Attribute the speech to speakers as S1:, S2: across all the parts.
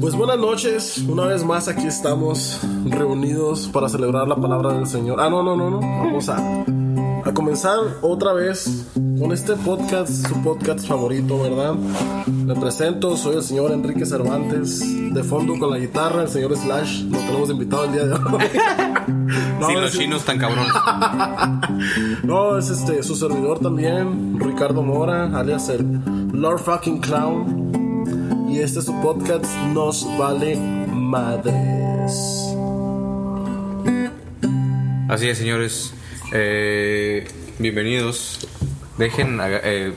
S1: Pues buenas noches, una vez más aquí estamos reunidos para celebrar la palabra del Señor. Ah, no, no, no, no. Vamos a, a comenzar otra vez con este podcast, su podcast favorito, ¿verdad? Me presento, soy el señor Enrique Cervantes, de fondo con la guitarra, el señor Slash, lo tenemos invitado el día de hoy. No,
S2: Si
S1: es-
S2: los chinos tan cabrones.
S1: no, es este, su servidor también, Ricardo Mora, alias el Lord Fucking Clown. Y este es su podcast, Nos Vale Madres.
S2: Así es, señores. Eh, bienvenidos. Dejen. haga- eh,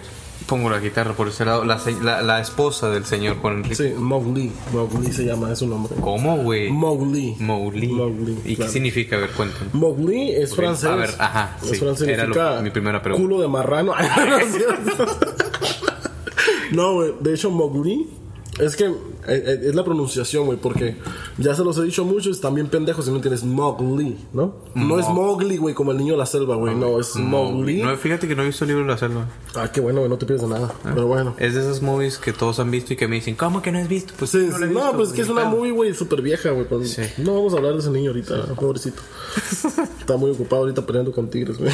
S2: pongo la guitarra por ese lado. La, se- la- la esposa del señor Juan Enrique.
S1: Sí, Mowgli, Mowgli se llama, es su nombre.
S2: ¿Cómo, güey?
S1: Mowgli.
S2: Mowgli.
S1: Mowgli,
S2: ¿Y qué
S1: claro.
S2: significa? A ver, cuéntame.
S1: Mowgli es
S2: Ok,
S1: francés.
S2: a ver, ajá,
S1: Es
S2: sí,
S1: francés,
S2: era lo-
S1: significa
S2: mi primera pregunta.
S1: Culo de marrano. No, es cierto. no, güey. De hecho, Mowgli es que eh, eh, es la pronunciación, güey, porque ya se los he dicho mucho, están bien pendejos si no tienes Mowgli, ¿no? No es Mowgli, güey, como el niño de la selva, güey. No, es Mowgli.
S2: Ah, No, fíjate que no he visto el libro de la selva.
S1: Ah, qué bueno, güey, no te pierdes de nada.
S2: Ah.
S1: Pero bueno.
S2: Es de esas movies que todos han visto y que me dicen, ¿cómo que no has visto? Pues
S1: Sí,
S2: no
S1: sí,
S2: la he
S1: no,
S2: visto, Ah,
S1: pues es que es
S2: ni
S1: una
S2: pedo.
S1: movie, güey, súper vieja, güey. pero
S2: Sí.
S1: No vamos a hablar de ese niño ahorita, pobrecito. Está muy ocupado ahorita peleando con tigres, güey.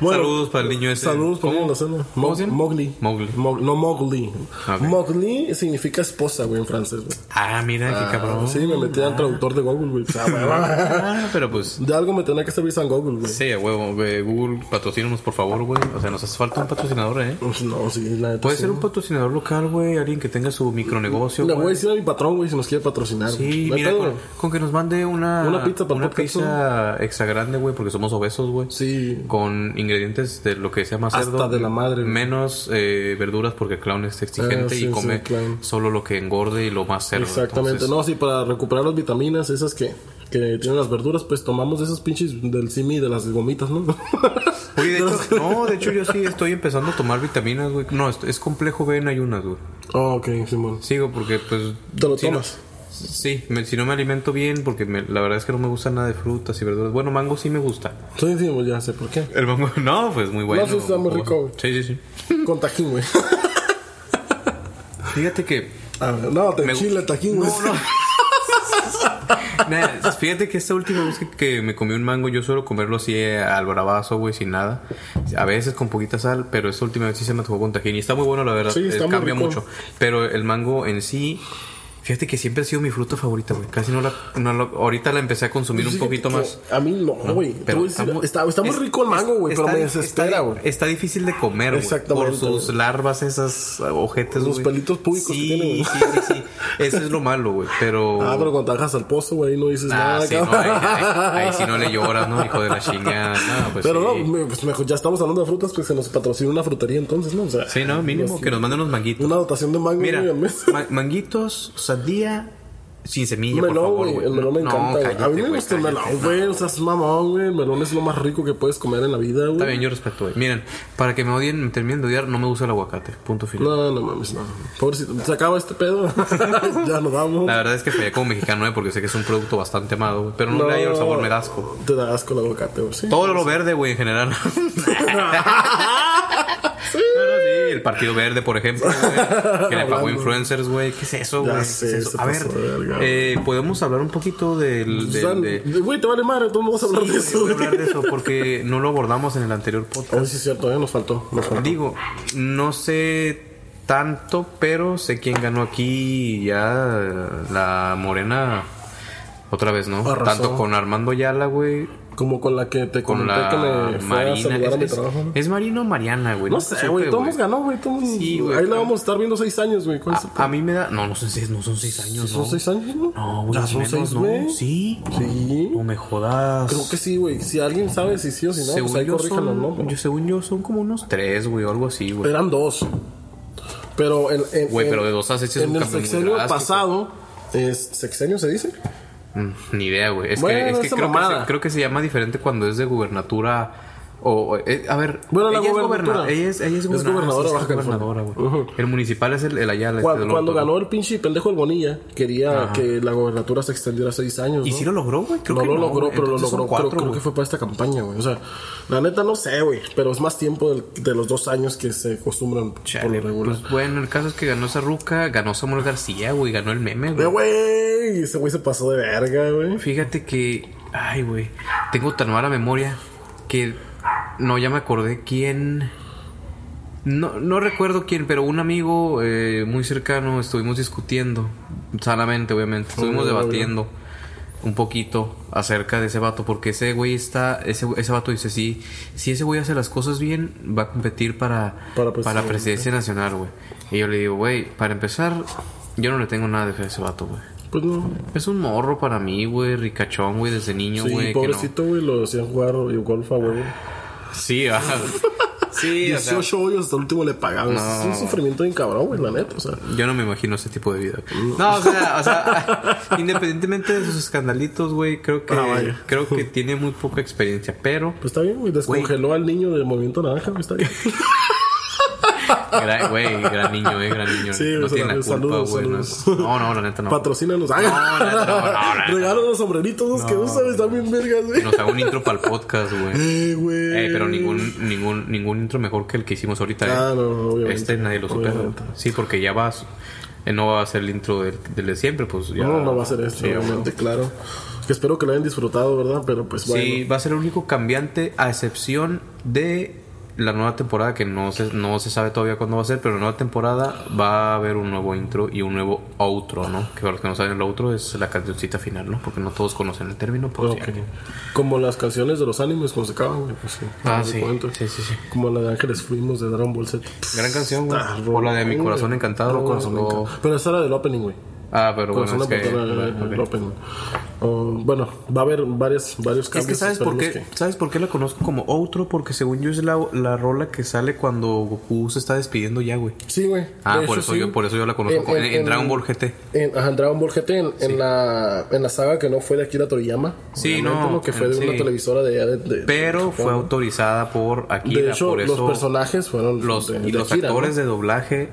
S1: Bueno,
S2: Saludos para el niño ese.
S1: Saludos por ¿Cómo?
S2: ¿Cómo se llama?
S1: Mowgli.
S2: Mowgli. Ah,
S1: Mo- no, Mowgli.
S2: Ok.
S1: Mowgli significa esposa, güey, en francés, güey.
S2: Ah, mira, qué cabrón.
S1: Sí, me metí al traductor de Google, güey. Ah, güey,
S2: Ah, pero pues.
S1: De algo me tenía que servir San Google, güey.
S2: Sí, a huevo, güey, Google, patrocínanos por favor, güey. O sea, nos hace falta un patrocinador, ¿eh?
S1: No, sí, la neta.
S2: Puede
S1: sí.
S2: ser un patrocinador local, güey, alguien que tenga su micronegocio,
S1: Le voy a
S2: güey.
S1: decir a mi patrón, güey, si nos quiere patrocinar.
S2: Sí,
S1: No hay
S2: mira,
S1: pedo,
S2: con,
S1: güey.
S2: con que nos mande una,
S1: Una pizza para
S2: una
S1: podcast,
S2: pizza extra grande, güey, porque somos obesos, güey.
S1: Sí.
S2: Con ingredientes de lo que sea más
S1: Hasta
S2: cerdo.
S1: de la madre, güey.
S2: Menos eh, verduras porque el clown es exigente
S1: Ah, sí,
S2: y
S1: sí,
S2: come
S1: clown.
S2: solo lo que engorde y lo más cerdo.
S1: Exactamente,
S2: Entonces,
S1: no, sí, para recuperar las vitaminas, esas que, que tienen las verduras, pues tomamos de esas pinches del simi, de las gomitas, ¿no?
S2: Oye, de hecho, no, de hecho yo sí estoy empezando a tomar vitaminas, güey. No, es, es complejo ver en ayunas, güey.
S1: Oh, ok, Simón.
S2: Sigo porque pues...
S1: Te lo
S2: si no-
S1: tomas.
S2: sí, me- si no me alimento bien, porque me- la verdad es que no me gusta nada de frutas y verduras. Bueno, mango sí me gusta.
S1: Sí, sí, pues ya sé por qué.
S2: El mango, no, pues muy bueno.
S1: No, sí está muy
S2: jugoso.
S1: rico, güey.
S2: Sí, sí, sí.
S1: Con tajín, güey.
S2: Fíjate que...
S1: A ver, no, te
S2: Me gu-
S1: chile tajín, güey.
S2: No, no. Nah, fíjate que esta última vez que, que me comí un mango, yo suelo comerlo así eh, al bravazo, güey, sin nada. A veces con poquita sal, pero esta última vez sí se me tocó con tajín. Y está muy bueno, la verdad.
S1: Sí, está
S2: Eh,
S1: muy
S2: cambia
S1: rico.
S2: mucho. Pero el mango en sí. Fíjate que siempre ha sido mi fruta favorita, güey. Casi no la, no la- Ahorita la empecé a consumir un
S1: Sí,
S2: poquito
S1: Pues que-
S2: más. Ah,
S1: A mí no, güey. Te voy a decir,
S2: mu-
S1: está, está muy
S2: es-
S1: rico el mango, güey,
S2: está
S1: pero me
S2: di- está
S1: desespera,
S2: di-
S1: güey.
S2: Está, difícil de comer, güey.
S1: Exactamente,
S2: Por sus
S1: güey.
S2: larvas, esas ah, ojetes,
S1: Los
S2: güey.
S1: pelitos públicos que
S2: Sí,
S1: tiene, güey.
S2: Sí, sí, sí. Eso es lo malo, güey. Pero.
S1: Ah, pero cuando bajas al pozo, güey, ahí no dices
S2: Ah,
S1: nada,
S2: sí, no,
S1: cabrón.
S2: ahí, ahí- ahí sí no le lloras, ¿no? Hijo de la chingada. No, pues
S1: Pero
S2: sí.
S1: no, me- pues mejor, ya estamos hablando de frutas, pues se nos patrocina una frutería entonces, ¿no? O sea,
S2: Sí, no, mínimo que nos manden unos manguitos.
S1: una dotación de mango,
S2: Mira,
S1: güey, al mes.
S2: ma- manguitos, sandía, sin semilla, por
S1: Melón,
S2: favor,
S1: güey.
S2: güey.
S1: El melón me
S2: No,
S1: encanta, güey. A
S2: cállate,
S1: mí me
S2: güey,
S1: gusta el melón,
S2: cállate.
S1: güey. O sea, es mamón, güey. El melón es lo más rico que puedes comer en la vida,
S2: Está
S1: güey.
S2: bien, yo respeto, güey. Miren, para que me odien, me terminen de odiar, no me gusta el aguacate. Punto final.
S1: No, no mames, no. Pobrecito, se acaba este pedo. ya nos vamos.
S2: La verdad es que fallé como mexicano, ¿eh? porque sé que es un producto bastante amado, güey. Pero no,
S1: No.
S2: le hallo el sabor, me da asco.
S1: Te da asco el aguacate, güey. Sí.
S2: Todo lo verde, güey, en general.
S1: Sí.
S2: No, no, sí, el Partido Verde, por ejemplo, güey, que le
S1: Hablando.
S2: pagó influencers, güey. ¿Qué es eso,
S1: Ya
S2: güey? ¿Qué
S1: sé,
S2: es eso?
S1: se
S2: A ver,
S1: pasó de verga,
S2: eh, podemos hablar un poquito del.
S1: O
S2: del-
S1: sea,
S2: de-
S1: Güey, te vale madre, todo vamos a hablar de eso,
S2: Voy a
S1: güey.
S2: hablar de eso porque no lo abordamos en el anterior podcast.
S1: Oh, sí, es cierto, eh, nos faltó. Nos faltó.
S2: Digo, no sé tanto, pero sé quién ganó aquí y ya eh, la morena otra vez, ¿no?
S1: Arrasó.
S2: Tanto con Armando Yala, güey,
S1: Como con la que te
S2: con
S1: comenté que
S2: la
S1: me fue a
S2: Marina.
S1: saludar a
S2: ¿Es,
S1: mi
S2: es-
S1: trabajo. ¿no?
S2: es Marina o Mariana, güey?
S1: No sé, güey.
S2: supe,
S1: Todo mundo ganó, güey. todo mundo-
S2: Sí, güey, Ah,
S1: Ahí la
S2: pero-
S1: vamos a estar viendo seis años, güey. ¿Cuál es el
S2: A, a mí me da... No, no son seis, no son seis años,
S1: ¿Son
S2: ¿no?
S1: seis años, no?
S2: ah, No, güey,
S1: Ya son
S2: menos,
S1: seis,
S2: ¿no?
S1: güey.
S2: Sí.
S1: Sí.
S2: No me jodas.
S1: Creo que sí, güey. Si alguien sabe si sí o si no,
S2: según,
S1: pues ahí
S2: yo
S1: corríjanos,
S2: son,
S1: ¿no?
S2: yo, según yo son como unos tres, güey, o algo así, güey.
S1: Eran dos. Pero en, en-
S2: Güey,
S1: en-
S2: pero de dos a seis es
S1: en
S2: un
S1: el
S2: cambio muy
S1: sexenio
S2: drástico.
S1: pasado. Es, ¿Sexenio se dice?
S2: Mm, Ni idea, güey. Es
S1: Bueno,
S2: que, es que
S1: esa
S2: creo, que
S1: mamada.
S2: se, creo que se llama diferente cuando es de gubernatura O, eh, a ver,
S1: Bueno, la
S2: ella, es
S1: gobernatura.
S2: goberna- ella es ella es
S1: Es
S2: gobernadora,
S1: gobernadora de
S2: sí,
S1: Baja
S2: es gobernadora,
S1: California.
S2: güey.
S1: Ujú.
S2: El municipal es el, el Ayala. este
S1: Cuando,
S2: del
S1: cuando
S2: otro.
S1: ganó el pinche pendejo el Bonilla, quería que la gobernatura se extendiera a seis años.
S2: ¿Y
S1: ¿no?
S2: si lo logró, güey? Creo
S1: no
S2: que
S1: lo logró,
S2: güey.
S1: pero lo
S2: Entonces son
S1: logró.
S2: cuatro,
S1: creo, creo que
S2: güey.
S1: fue para esta campaña, güey. O sea, la neta no sé, güey. Pero es más tiempo del- de los dos años que se acostumbran por
S2: Chale,
S1: lo regular.
S2: pues, bueno, el caso es que ganó Sarruca, ganó Samuel García, güey, ganó el meme,
S1: Eh,
S2: güey.
S1: güey, ese güey se pasó de verga, güey.
S2: Fíjate que, ay, güey, tengo tan mala memoria que no, ya me acordé quién. No, no recuerdo quién, pero un amigo eh, muy cercano estuvimos discutiendo, sanamente, obviamente,
S1: Oh,
S2: estuvimos
S1: Obvio, obvio.
S2: debatiendo un poquito acerca de ese vato, porque ese güey está, ese, ese vato dice, sí, si ese güey hace las cosas bien, va a competir para,
S1: Para
S2: para
S1: presidente.
S2: la presidencia nacional, güey. Y yo le digo, güey, para empezar, yo no le tengo nada de fe a ese vato, güey.
S1: Pues no.
S2: Es un morro para mí, güey, ricachón, güey, desde niño,
S1: Sí,
S2: güey. que no-
S1: pobrecito, güey, lo hacían jugar y golf a huevo.
S2: Sí, ah. ajá. sí, o sea,
S1: 18 hoyos hasta el último le pagaban.
S2: No.
S1: Es un sufrimiento bien cabrón, güey, la neta. O sea,
S2: yo no me imagino ese tipo de vida. No, o sea, o sea, independientemente de sus escandalitos, güey, creo que
S1: Ah, vaya.
S2: creo que tiene muy poca experiencia, pero
S1: pues está bien, güey. Descongeló al niño del movimiento naranja, güey. Está bien.
S2: gra- güey, gran niño, eh, gran niño.
S1: Sí,
S2: no
S1: o sea,
S2: tiene la culpa,
S1: saludos,
S2: güey. No,
S1: saludos.
S2: no, no, la neta no.
S1: Patrocínanos. Ah,
S2: no, no, no, no, no.
S1: Regalos los sombreritos esos que usan, están bien vergas,
S2: Que
S1: güey.
S2: Nos haga un intro para el podcast, güey.
S1: Eh, güey.
S2: Eh, pero ningún ningún ningún intro mejor que el que hicimos ahorita. eh.
S1: Ah, no, no, obviamente.
S2: Este nadie lo supera.
S1: Obviamente.
S2: Sí, porque ya vas. eh, No va a ser el intro del, del de siempre, pues ya.
S1: No, no va a ser este,
S2: Sí,
S1: obviamente, claro. Que espero que lo hayan disfrutado, ¿verdad? Pero pues bueno.
S2: Sí, va a ser el único cambiante, a excepción de la nueva temporada, que no se, no se sabe todavía cuándo va a ser, pero la nueva temporada va a haber un nuevo intro y un nuevo outro, ¿no? Que para los que no saben, el outro es la cancioncita final, ¿no? Porque no todos conocen el término, pues
S1: Ok.
S2: ya que-
S1: Como las canciones de los animes cuando se acaban, güey. Pues, sí, me
S2: Ah, sí.
S1: cuento.
S2: Sí, sí, sí.
S1: Como la de Ángeles Fuimos de Dragon Ball Z.
S2: Gran canción, güey.
S1: Está
S2: O la de Mi
S1: rolón,
S2: Corazón
S1: güey.
S2: Encantado.
S1: No, Corazón
S2: o-
S1: Encantado. Pero esa era del opening, güey.
S2: Ah, pero bueno,
S1: Corazón
S2: es que...
S1: Encantado eh, era del opening. Oh, bueno, va a haber varias, varios
S2: Es
S1: cambios.
S2: que sabes por qué,
S1: esperemos
S2: sabes por qué la conozco como outro, porque según yo es la, la rola que sale cuando Goku se está despidiendo ya, güey.
S1: que- Sí, güey.
S2: Ah,
S1: De
S2: por
S1: hecho,
S2: eso
S1: sí.
S2: yo, por eso yo la conozco
S1: En-
S2: con- en,
S1: en-
S2: en Dragon Ball GT.
S1: En, ajá, en Dragon Ball GT, en, en la, en la saga que no fue de Akira Toriyama.
S2: Sí,
S1: obviamente,
S2: no,
S1: lo que fue de
S2: sí.
S1: una televisora de, allá de- de-
S2: Pero
S1: de
S2: fue
S1: Japón.
S2: autorizada por Akira,
S1: De hecho,
S2: por eso
S1: los personajes fueron
S2: los,
S1: de-
S2: y
S1: de
S2: los
S1: Akira, ¿no?
S2: actores de doblaje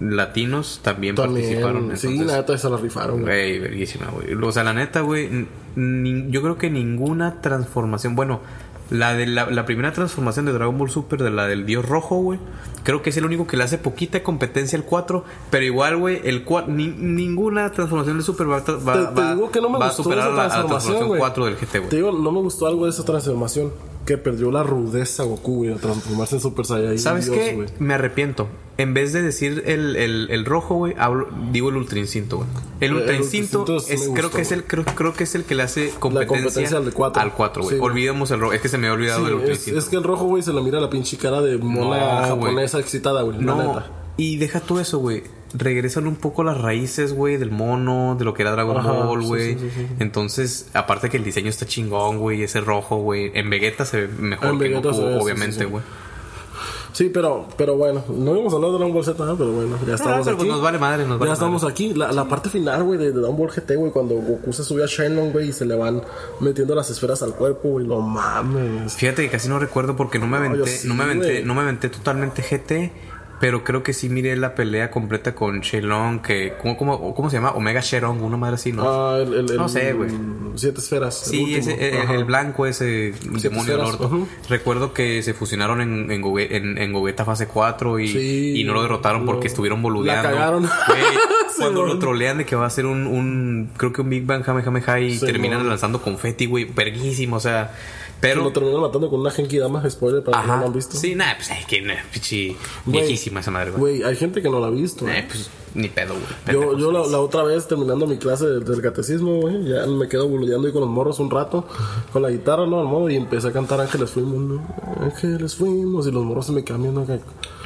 S2: latinos también, participaron.
S1: También, sí,
S2: entonces,
S1: la neta se la rifaron, güey.
S2: Güey, verguísima, güey. O sea, la neta, güey, n- ni- yo creo que ninguna transformación, bueno, la de la, la primera transformación de Dragon Ball Super, de la del Dios Rojo, güey, creo que es el único que le hace poquita competencia al 4, pero igual, güey, el 4, ninguna transformación de Super va, a tra- va,
S1: Te- te
S2: va-
S1: digo que no me
S2: va a
S1: gustó esa
S2: superar a la, a la
S1: transformación,
S2: transformación
S1: güey.
S2: 4 del GT,
S1: Te
S2: güey.
S1: digo, no me gustó algo de esa transformación. Que perdió la rudeza Goku, güey, a transformarse en Super Saiyajin.
S2: ¿Sabes
S1: Dios,
S2: qué?
S1: güey.
S2: Me arrepiento. En vez de decir el, el, el rojo, güey, hablo- digo el ultra instinto, güey. El
S1: El
S2: ultra
S1: Ultra
S2: instinto
S1: Instinto sí
S2: es,
S1: me
S2: creo
S1: gustó,
S2: que es el, creo, creo que es el que le hace competencia,
S1: competencia al de cuatro.
S2: Al 4, güey.
S1: Sí, güey.
S2: Olvidemos el rojo. Es que se me ha olvidado
S1: Sí,
S2: el ultra
S1: es,
S2: instinto.
S1: es que el rojo, güey, se le mira la pinche cara de mona
S2: No, güey.
S1: japonesa excitada, güey. No.
S2: No, y deja todo eso, güey. Regresan un poco las raíces, güey, del mono, de lo que era Dragon
S1: Ajá,
S2: Ball,
S1: sí,
S2: güey.
S1: sí, sí, sí.
S2: Entonces, aparte que el diseño está chingón, güey, ese rojo, güey. En Vegeta se ve mejor
S1: En
S2: que en
S1: Vegeta
S2: Goku,
S1: se ve, sí, sí,
S2: obviamente,
S1: sí.
S2: güey.
S1: Sí, pero, pero bueno, no íbamos a hablar de Dragon Ball Z, ¿eh? pero bueno, ya
S2: No, no,
S1: estamos
S2: pero pues
S1: aquí.
S2: nos vale madre, nos
S1: Ya
S2: vale madre.
S1: estamos aquí, la, la parte final, güey, de, de Dragon Ball GT, güey, cuando Goku se sube a Shenlong, güey, y se le van metiendo las esferas al cuerpo, güey, no mames.
S2: Fíjate que casi no recuerdo porque no me
S1: No, yo
S2: aventé,
S1: sí,
S2: no me aventé,
S1: güey.
S2: no me aventé totalmente GT, pero creo que sí miré la pelea completa con Shelon, que ¿cómo, cómo, cómo se llama? Omega Shelon, una madre así, ¿no?
S1: Ah, el, el-
S2: No
S1: el-
S2: sé, güey.
S1: Siete esferas. el
S2: sí,
S1: último.
S2: ese, el,
S1: Ajá.
S2: el blanco ese demonio del
S1: esferas,
S2: orto.
S1: ajá.
S2: Recuerdo que se fusionaron en, en, Gobe- en, en Gogeta fase 4 y,
S1: Sí,
S2: y no lo derrotaron porque
S1: no.
S2: estuvieron boludeando.
S1: La cagaron.
S2: Güey,
S1: Sí,
S2: cuando lo
S1: güey.
S2: trolean de que va a ser un, un creo que un Big Bang Jame Jame High y
S1: Sí,
S2: terminan
S1: güey.
S2: lanzando confeti, güey, verguísimo, o sea, pero
S1: Lo terminó matando con una Genki Dama, spoiler para los que
S2: Ajá.
S1: no lo han visto.
S2: Sí, nada, pues ay, que nah, pichi
S1: Güey,
S2: viejísima esa madre, güey.
S1: Güey, hay gente que no la ha visto. ¿eh? güey.
S2: Nah, pues ni pedo, güey.
S1: Yo,
S2: Pendejos.
S1: yo la, la otra vez terminando mi clase de- del catecismo, güey, ya me quedo boludeando ahí con los morros un rato, con la guitarra, ¿no? Al modo, y empecé a cantar Ángeles Fuimos, ¿no? Ángeles Fuimos, y los morros se me quedan viendo acá.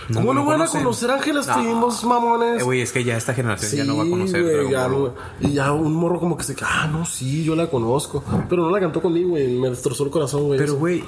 S2: No,
S1: ¿Cómo
S2: no
S1: no van a
S2: conocen.
S1: conocer Ángeles
S2: No.
S1: Fuimos, mamones?
S2: Eh, güey, es que ya esta generación ya no va a conocer
S1: güey,
S2: Dragon
S1: ya
S2: Ball, güey.
S1: no. Y ya un morro como que se queda, ah, no, sí, yo la conozco. Pero no la cantó conmigo, güey, me destrozó el corazón, güey.
S2: Pero,
S1: eso.
S2: güey,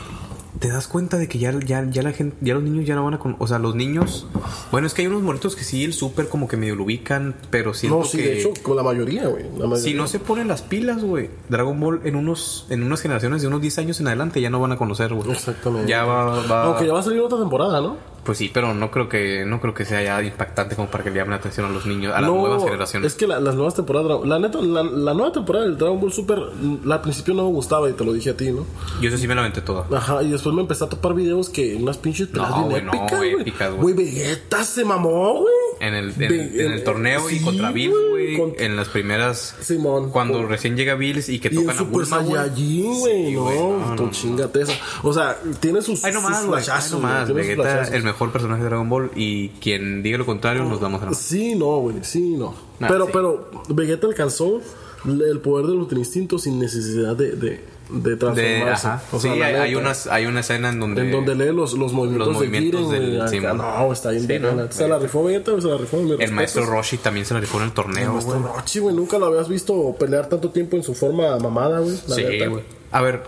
S2: te das cuenta de que ya, ya, ya la gente, ya los niños ya no van a con, o sea, los niños, bueno, es que hay unos morritos que sí el súper como que medio lo ubican, pero siento
S1: No, sí,
S2: que
S1: de hecho, con la mayoría, güey. la mayoría.
S2: si no se ponen las pilas, güey, Dragon Ball en unos en unas generaciones de unos 10 años en adelante ya no van a conocer, güey.
S1: Exactamente.
S2: Ya va, va-
S1: Aunque ya va a salir otra temporada, ¿no?
S2: Pues sí, pero no creo que no creo que sea ya impactante como para que le llamen la atención a los niños, a las
S1: No,
S2: nuevas generaciones.
S1: Es que la- las nuevas temporadas. La neta, la, la nueva temporada del Dragon Ball Super. La al principio no me gustaba y te lo dije a ti, ¿no?
S2: Yo eso sí me la aventé toda.
S1: Ajá, y después me empecé a topar videos que unas pinches pelas
S2: No,
S1: bien
S2: güey, no,
S1: épicas, güey.
S2: épicas, güey.
S1: Güey, Vegeta se mamó, güey.
S2: En el, en,
S1: De-
S2: en el torneo y
S1: eh, sí,
S2: contra Bills,
S1: güey,
S2: güey.
S1: contra-
S2: En las primeras.
S1: Simón.
S2: Cuando
S1: Con-
S2: recién llega Bills y que
S1: Y en
S2: tocan a
S1: Super
S2: Bulma, güey.
S1: Saiyajin, güey,
S2: Sí,
S1: no,
S2: güey, no,
S1: tú
S2: no, no.
S1: chingate esa. O sea, tiene sus,
S2: Ay, no
S1: sus
S2: más, güey. Ay,
S1: flashazos,
S2: no más.
S1: güey, tiene sus
S2: Vegeta,
S1: flashazos.
S2: el mejor personaje de Dragon Ball. Y quien diga lo contrario, nos damos a la
S1: Sí, no, güey, sí, no.
S2: Nah,
S1: pero,
S2: sí.
S1: pero Vegeta alcanzó el poder del ultrainstinto sin necesidad de, de, de
S2: de,
S1: transformarse.
S2: ajá.
S1: O sea,
S2: sí,
S1: la
S2: hay, hay
S1: neta.
S2: unas, hay una escena en donde.
S1: En donde lee los, los movimientos,
S2: los movimientos
S1: de Jiren,
S2: del-
S1: güey,
S2: sí,
S1: acá.
S2: man.
S1: No, está bien.
S2: Sí,
S1: verga,
S2: ¿no?
S1: la neta. Se la rifó Vegeta, güey, se la rifó. mis
S2: el
S1: respetos.
S2: maestro Roshi también se la rifó en el torneo, güey.
S1: Maestro Rochi, güey. Nunca lo habías visto pelear tanto tiempo en su forma mamada, güey. la
S2: Sí,
S1: neta.
S2: güey. A ver,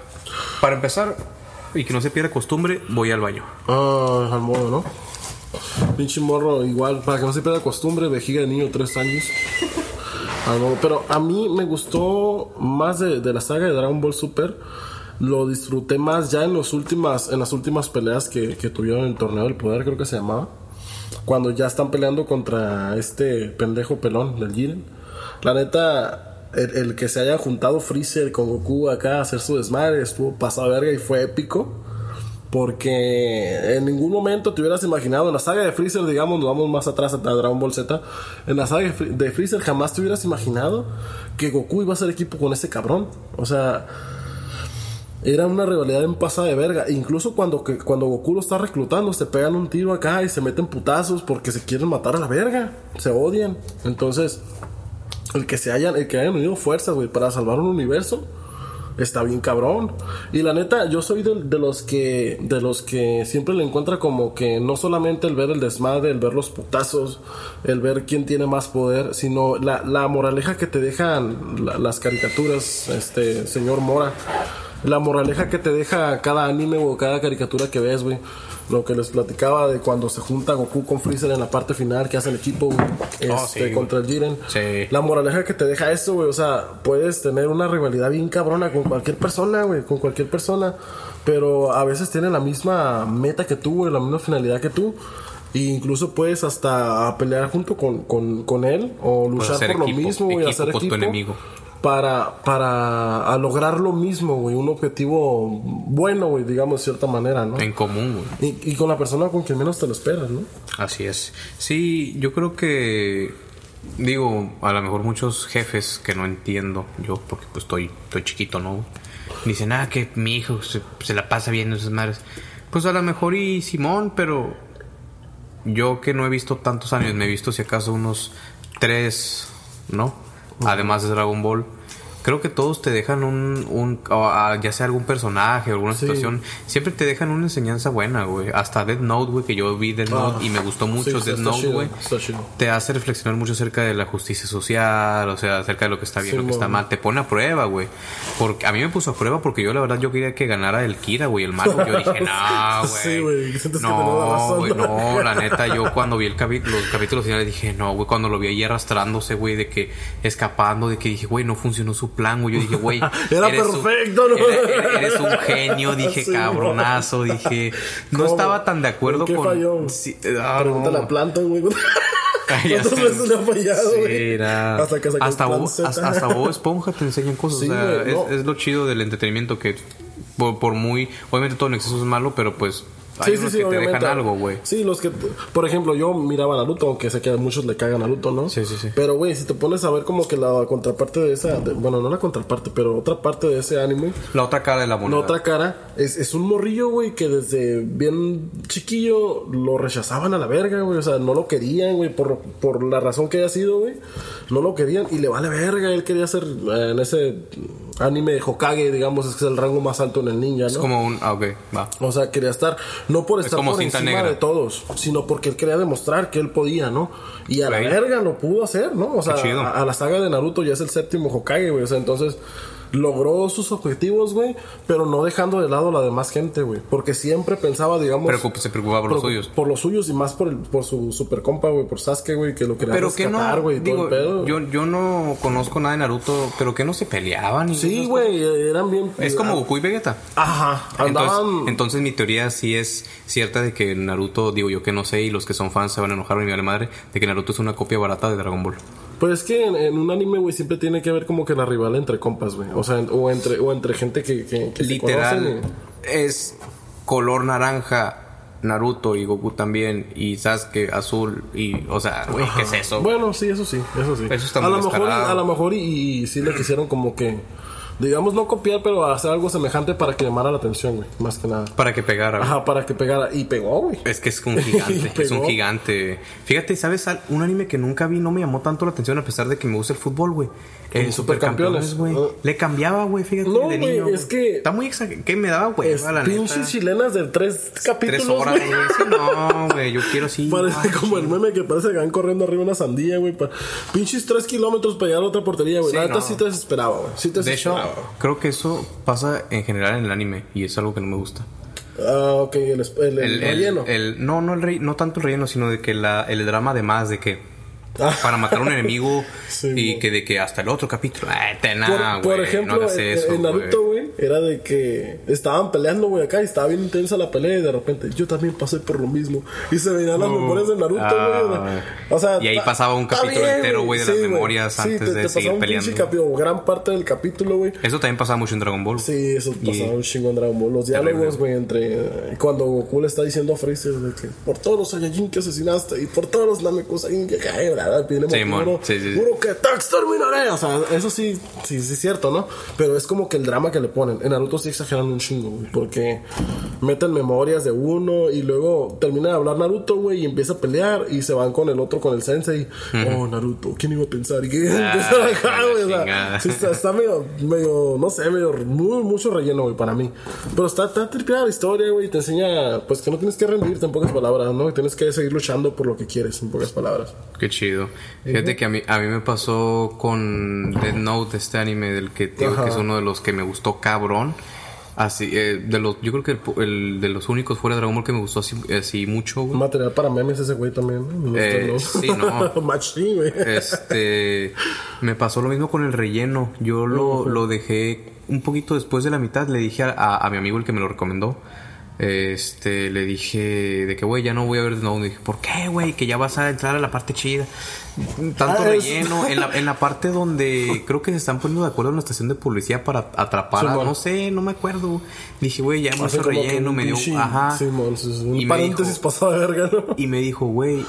S2: para empezar, y que no se pierda costumbre, voy al baño.
S1: Ah, al modo, ¿no? Pinche morro, igual, para que no se pierda costumbre, vejiga de niño, tres años. Al modo. Pero a mí me gustó más de, de la saga de Dragon Ball Super. Lo disfruté más ya en, los últimas, en las últimas peleas que, que tuvieron en el Torneo del Poder, creo que se llamaba. Cuando ya están peleando contra este pendejo pelón del Jiren. La neta, el, el que se haya juntado Freezer con Goku acá a hacer su desmadre estuvo pasado verga y fue épico. Porque en ningún momento te hubieras imaginado, en la saga de Freezer, digamos, nos vamos más atrás a a Dragon Ball Z, en la saga de Fre- de Freezer jamás te hubieras imaginado que Goku iba a ser equipo con ese cabrón. O sea, era una rivalidad en pasada de verga. E Incluso cuando, que, cuando Goku lo está reclutando, se pegan un tiro acá y se meten putazos porque se quieren matar a la verga. Se odian. Entonces, el que se hayan, el que hayan unido fuerzas, güey, para salvar un universo, está bien cabrón. Y la neta, yo soy del- de, los que de los que siempre le encuentra como que no solamente el ver el desmadre, el ver los putazos, el ver quién tiene más poder, sino la, la moraleja que te dejan la- las caricaturas, este señor Mora. La moraleja que te deja cada anime o cada caricatura que ves, güey. Lo que les platicaba de cuando se junta Goku con Freezer en la parte final, que hace el equipo güey,
S2: Oh,
S1: este,
S2: sí, güey.
S1: contra el Jiren.
S2: Sí.
S1: La moraleja que te deja eso, güey. O sea, puedes tener una rivalidad bien cabrona con cualquier persona, güey. Con cualquier persona. Pero a veces tienen la misma meta que tú, güey. La misma finalidad que tú. E incluso puedes hasta pelear junto con, con, con él. O luchar
S2: hacer
S1: por lo
S2: equipo,
S1: mismo, güey.
S2: equipo
S1: Hacer
S2: con tu
S1: equipo.
S2: enemigo.
S1: Para, para a lograr lo mismo, güey. Un objetivo bueno, güey. Digamos de cierta manera, ¿no?
S2: En común, güey.
S1: Y, y con la persona con quien menos te lo esperas, ¿no?
S2: Así es. Sí, yo creo que. Digo, a lo mejor muchos jefes que no entiendo, yo porque pues estoy, estoy chiquito, ¿no? Dicen, ah, que mi hijo se, se la pasa viendo esas madres. Pues a lo mejor y Simón, pero yo que no he visto tantos años, me he visto si acaso unos tres, ¿no? Además de Dragon Ball. Creo que todos te dejan un, un o a- ya sea algún personaje, alguna situación, siempre te dejan una enseñanza buena, güey. Hasta Dead Note, güey, que yo vi Dead Note y me gustó mucho
S1: Ah, Sí,
S2: Dead
S1: está
S2: Note,
S1: chido,
S2: güey.
S1: Está chido.
S2: Te hace reflexionar mucho acerca de la justicia social, o sea, acerca de lo que está bien,
S1: Sí,
S2: lo que está
S1: güey.
S2: mal. Te pone a prueba, güey. Porque a mí me puso a prueba porque yo la verdad yo quería que ganara el Kira, güey, el malo. Yo dije, no, güey.
S1: Sí, güey, sientes que tenía la
S2: no,
S1: razón".
S2: güey, no, la neta, yo cuando vi el capi- los capítulos finales dije, no, güey, cuando lo vi ahí arrastrándose, güey, de que escapando, de que dije, güey, no funcionó su plan, güey. Yo dije, güey,
S1: Era
S2: eres un-
S1: perfecto, ¿no?
S2: era- era- Eres un genio, dije,
S1: Sí,
S2: cabronazo, dije. No
S1: ¿Cómo?
S2: estaba tan de acuerdo
S1: ¿En qué
S2: con.
S1: falló?
S2: Sí, ah,
S1: Pregunta
S2: no.
S1: la planta, güey.
S2: Ay, ya
S1: ¿Cuántas
S2: sé.
S1: veces le ha fallado,
S2: Sí,
S1: güey?
S2: era-
S1: Hasta que sacó
S2: hasta
S1: el plan
S2: Bob-
S1: Z.
S2: hasta- hasta Bob Esponja te enseñan cosas.
S1: Sí,
S2: o sea,
S1: güey, no.
S2: es, es lo chido del entretenimiento que, por, por muy. Obviamente todo en exceso es malo, pero pues. Hay unos que te dejan
S1: obviamente.
S2: algo, güey.
S1: Sí, los que. Por ejemplo, yo miraba a Naruto, aunque sé que a muchos le cagan a Naruto, ¿no?
S2: Sí, sí, sí.
S1: Pero, güey, si te pones a ver como que la contraparte de esa. de- bueno, no la contraparte, pero otra parte de ese anime.
S2: La otra cara de la
S1: La
S2: moneda.
S1: otra cara es, es un morrillo, güey, que desde bien chiquillo lo rechazaban a la verga, güey. O sea, no lo querían, güey, por, por la razón que haya sido, güey. No lo querían y le vale verga. Él quería ser eh, en ese anime de Hokage, digamos, es que es el rango más alto en el ninja, ¿no?
S2: Es como un. Ah, ok, va.
S1: O sea, quería estar, no por estar
S2: como
S1: por
S2: cinta
S1: encima
S2: negra.
S1: de todos, sino porque él quería demostrar que él podía, ¿no? Y a la
S2: Güey.
S1: verga lo pudo hacer, ¿no? O sea,
S2: chido.
S1: a, a la saga de Naruto ya es el séptimo Hokage, güey. O sea, entonces, logró sus objetivos, güey, pero no dejando de lado a la demás gente, güey. Porque siempre pensaba, digamos.
S2: Preocup- pues, se preocupaba por los suyos.
S1: Por los suyos y más por, el- por su super compa, güey, por Sasuke, güey, que lo quería
S2: Pero que
S1: rescatar,
S2: no,
S1: güey, y todo
S2: digo,
S1: el pedo.
S2: yo, yo no conozco nada de Naruto, pero que no se peleaban. y
S1: sí,
S2: esas
S1: güey, Ah. eran bien.
S2: cosas. Es como Goku y Vegeta.
S1: Ajá, andaban.
S2: Entonces, entonces mi teoría sí es cierta de que Naruto, digo yo que no sé, y los que son fans se van a enojar, mi madre, de que Naruto es una copia barata de Dragon Ball.
S1: Pues es que en, en un anime, güey, siempre tiene que haber como que la rival entre compas, güey. O sea, en- o entre, o entre gente que, que, que se
S2: Literal,
S1: conocen ¿eh?
S2: es color naranja. Naruto y Goku también y Sasuke azul y o sea, güey, ¿qué es
S1: y-
S2: eso?
S1: Bueno, sí, eso sí, eso sí.
S2: Eso está
S1: a,
S2: muy
S1: lo mejor, y-
S2: descarado.
S1: a lo mejor y, y sí le quisieron como que, digamos, no copiar, pero hacer algo semejante para que llamara la atención, güey, más que nada.
S2: Para que pegara. güey.
S1: Ajá, para que pegara. Y pegó, güey.
S2: Es que es un gigante, es un
S1: Pegó.
S2: gigante. Fíjate, ¿sabes? al- Un anime que nunca vi no me llamó tanto la atención a pesar de que me gusta el fútbol, güey. El
S1: Los
S2: Supercampeones,
S1: Supercampeones,
S2: güey.
S1: ¿no?
S2: Le cambiaba, güey, fíjate.
S1: No,
S2: de
S1: güey,
S2: niño,
S1: es que-
S2: Está muy exagerado. ¿Qué me daba, güey?
S1: Es
S2: la neta.
S1: pinches chilenas de tres capítulos,
S2: Tres horas,
S1: güey.
S2: güey. Sí, no, güey, yo quiero sí.
S1: Parece
S2: Ay,
S1: como el meme que parece que van corriendo arriba una sandía, güey. pa- Pinches tres kilómetros para llegar a otra portería, güey.
S2: Sí,
S1: la neta
S2: no.
S1: sí te desesperaba, güey. Sí te
S2: De hecho,
S1: desesperaba.
S2: creo que eso pasa en general en el anime y es algo que no me gusta.
S1: Ah, ok, el, es- el, el
S2: El, el-
S1: relleno.
S2: el- no, no, el rey, no tanto el relleno, sino de que la, el drama de más, de que
S1: Ah.
S2: para matar a un enemigo
S1: Sí,
S2: y
S1: mo.
S2: que de que hasta el otro capítulo. Ay, te
S1: por,
S2: nada,
S1: por
S2: ah, güey,
S1: ejemplo,
S2: no hagas
S1: en-
S2: eso,
S1: en Naruto, güey, era de que estaban peleando, güey, acá y estaba bien intensa la pelea y de repente yo también pasé por lo mismo. Y se veían las
S2: Uh,
S1: memorias de Naruto, güey.
S2: ah.
S1: o sea,
S2: Y ahí
S1: ta-
S2: pasaba un
S1: está
S2: capítulo entero, güey, de las
S1: güey.
S2: memorias antes de
S1: pasaba
S2: seguir
S1: un pinche
S2: peleando.
S1: capi- o gran parte del capítulo, güey.
S2: Eso también pasaba mucho en Dragon Ball.
S1: Sí, eso
S2: Y-
S1: pasaba un chingo en Dragon Ball. Los diálogos, güey, entre. eh, Cuando Goku le está diciendo a Freezer de que por todos los Saiyajin que asesinaste y por todos los Namekusain que cae, ¿verdad? Pide
S2: Sí,
S1: motivo,
S2: mon.
S1: ¿no?
S2: Sí, sí, sí.
S1: Juro que te exterminaré. O sea, eso sí, sí, sí es cierto, ¿no? Pero es como que el drama que le ponen. En Naruto sí exageran un chingo, güey, porque meten memorias de uno y luego termina de hablar Naruto, güey, y empieza a pelear y se van con el otro, con el sensei. Oh, Naruto, ¿quién iba a pensar? Y que empiezan a
S2: Ay,
S1: bajar,
S2: Ah, la
S1: güey, o sea,
S2: chingada.
S1: sí está, está medio, medio, no sé, medio, muy, mucho relleno, güey, para mí. Pero está, está tripeada la historia, güey, y te enseña, pues, que no tienes que rendirte, en pocas palabras, ¿no? Y tienes que seguir luchando por lo que quieres, en pocas palabras.
S2: Qué chido. Fíjate que a mí, a mí me pasó con Dead Note, este anime del que te digo
S1: Ajá.
S2: que es uno de los que me gustó cabrón. Así, eh, de los, yo creo que el, pu- el- de los únicos fuera de Dragon Ball que me gustó así, así mucho, güey.
S1: Material para memes ese güey también, ¿no? Me
S2: Eh,
S1: gusta,
S2: sí, no.
S1: Machín, güey.
S2: Este, me pasó lo mismo con el relleno. Yo lo, lo dejé un poquito después de la mitad. Le dije a, a- a mi amigo el que me lo recomendó. Este, le dije de que, güey, ya no voy a ver No. Dije, ¿por qué, güey? Que ya vas a entrar a la parte chida. Tanto
S1: Ah, es-
S2: relleno. En la, en la parte donde creo que se están poniendo de acuerdo en la estación de policía para atrapar a,
S1: Simón.
S2: no sé, no me acuerdo. Dije, güey, ya
S1: Hace
S2: mucho
S1: como que
S2: relleno.
S1: un
S2: Me dio,
S1: pinche-
S2: ajá.
S1: sí, mon, es un
S2: Y me
S1: paréntesis
S2: dijo-
S1: pasado de verga, ¿no?
S2: y me dijo, güey,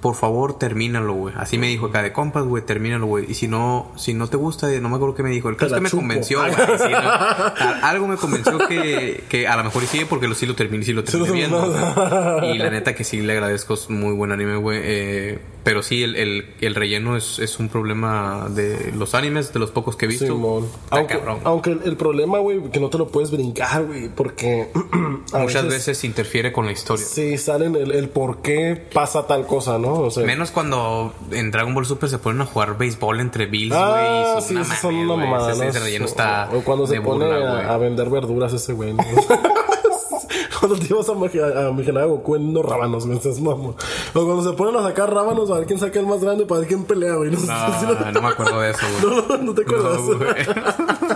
S2: por favor, termínalo, güey. Así me dijo acá de compas, güey, termínalo, güey. Y si no, si no te gusta, eh, no me acuerdo qué me dijo. El caso
S1: la
S2: es que me
S1: chupo.
S2: convenció, güey. Sí, no. A- Algo me convenció que, que a lo mejor y sigue porque lo sí lo terminé, sí lo terminé
S1: lo
S2: viendo.
S1: terminó.
S2: güey. Y la neta que sí le agradezco, es muy buen anime, güey. Eh, pero sí, el, el, el relleno es, es un problema de los animes, de los pocos que he visto.
S1: Simón.
S2: Está
S1: Aunque,
S2: cabrón.
S1: aunque el, el problema, güey, que no te lo puedes brincar, güey, porque a
S2: Muchas veces interfiere con la historia.
S1: Sí, salen el, el por qué pasa tal cosa, ¿no? O sea,
S2: Menos cuando en Dragon Ball Super se ponen a jugar béisbol entre Bills, güey.
S1: ah,
S2: y
S1: sí,
S2: una
S1: esas son
S2: mame,
S1: una
S2: güey.
S1: mamada.
S2: Ese,
S1: ¿no?
S2: ese relleno
S1: O-
S2: está.
S1: O cuando se
S2: de
S1: pone
S2: burla,
S1: a,
S2: güey.
S1: a vender verduras ese güey. ¿no? cuando te ibas a imaginar a, imaginar a Goku en unos rábanos, me estás mamón. O cuando se ponen a sacar rábanos a ver quién saca el más grande para ver quién pelea, güey. No, sé si lo-
S2: No, no me acuerdo de eso, güey.
S1: no, no, no te acuerdas.
S2: No, güey.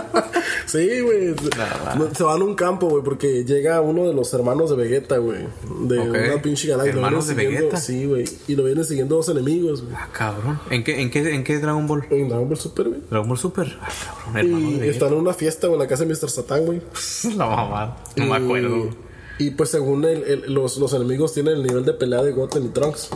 S1: Sí, güey.
S2: Nada.
S1: No, Se van a un campo, güey, porque llega uno de los hermanos de Vegeta, güey. De
S2: Ok.
S1: una pinche galaxia. Lo
S2: ¿Hermanos
S1: vienen
S2: de
S1: siguiendo-
S2: Vegeta?
S1: Sí, güey. Y lo vienen siguiendo dos enemigos, güey.
S2: Ah, cabrón. ¿En qué, en, qué, ¿En qué Dragon Ball?
S1: En Dragon Ball Super, güey.
S2: Dragon Ball Super. Ah, cabrón, hermano
S1: Y
S2: de Vegeta.
S1: están en una fiesta, güey, en la casa de Mr. Satan, güey.
S2: La mamá. No me
S1: Y-
S2: acuerdo.
S1: Y, pues según el- el- los, los enemigos tienen el nivel de pelea de Goten y Trunks,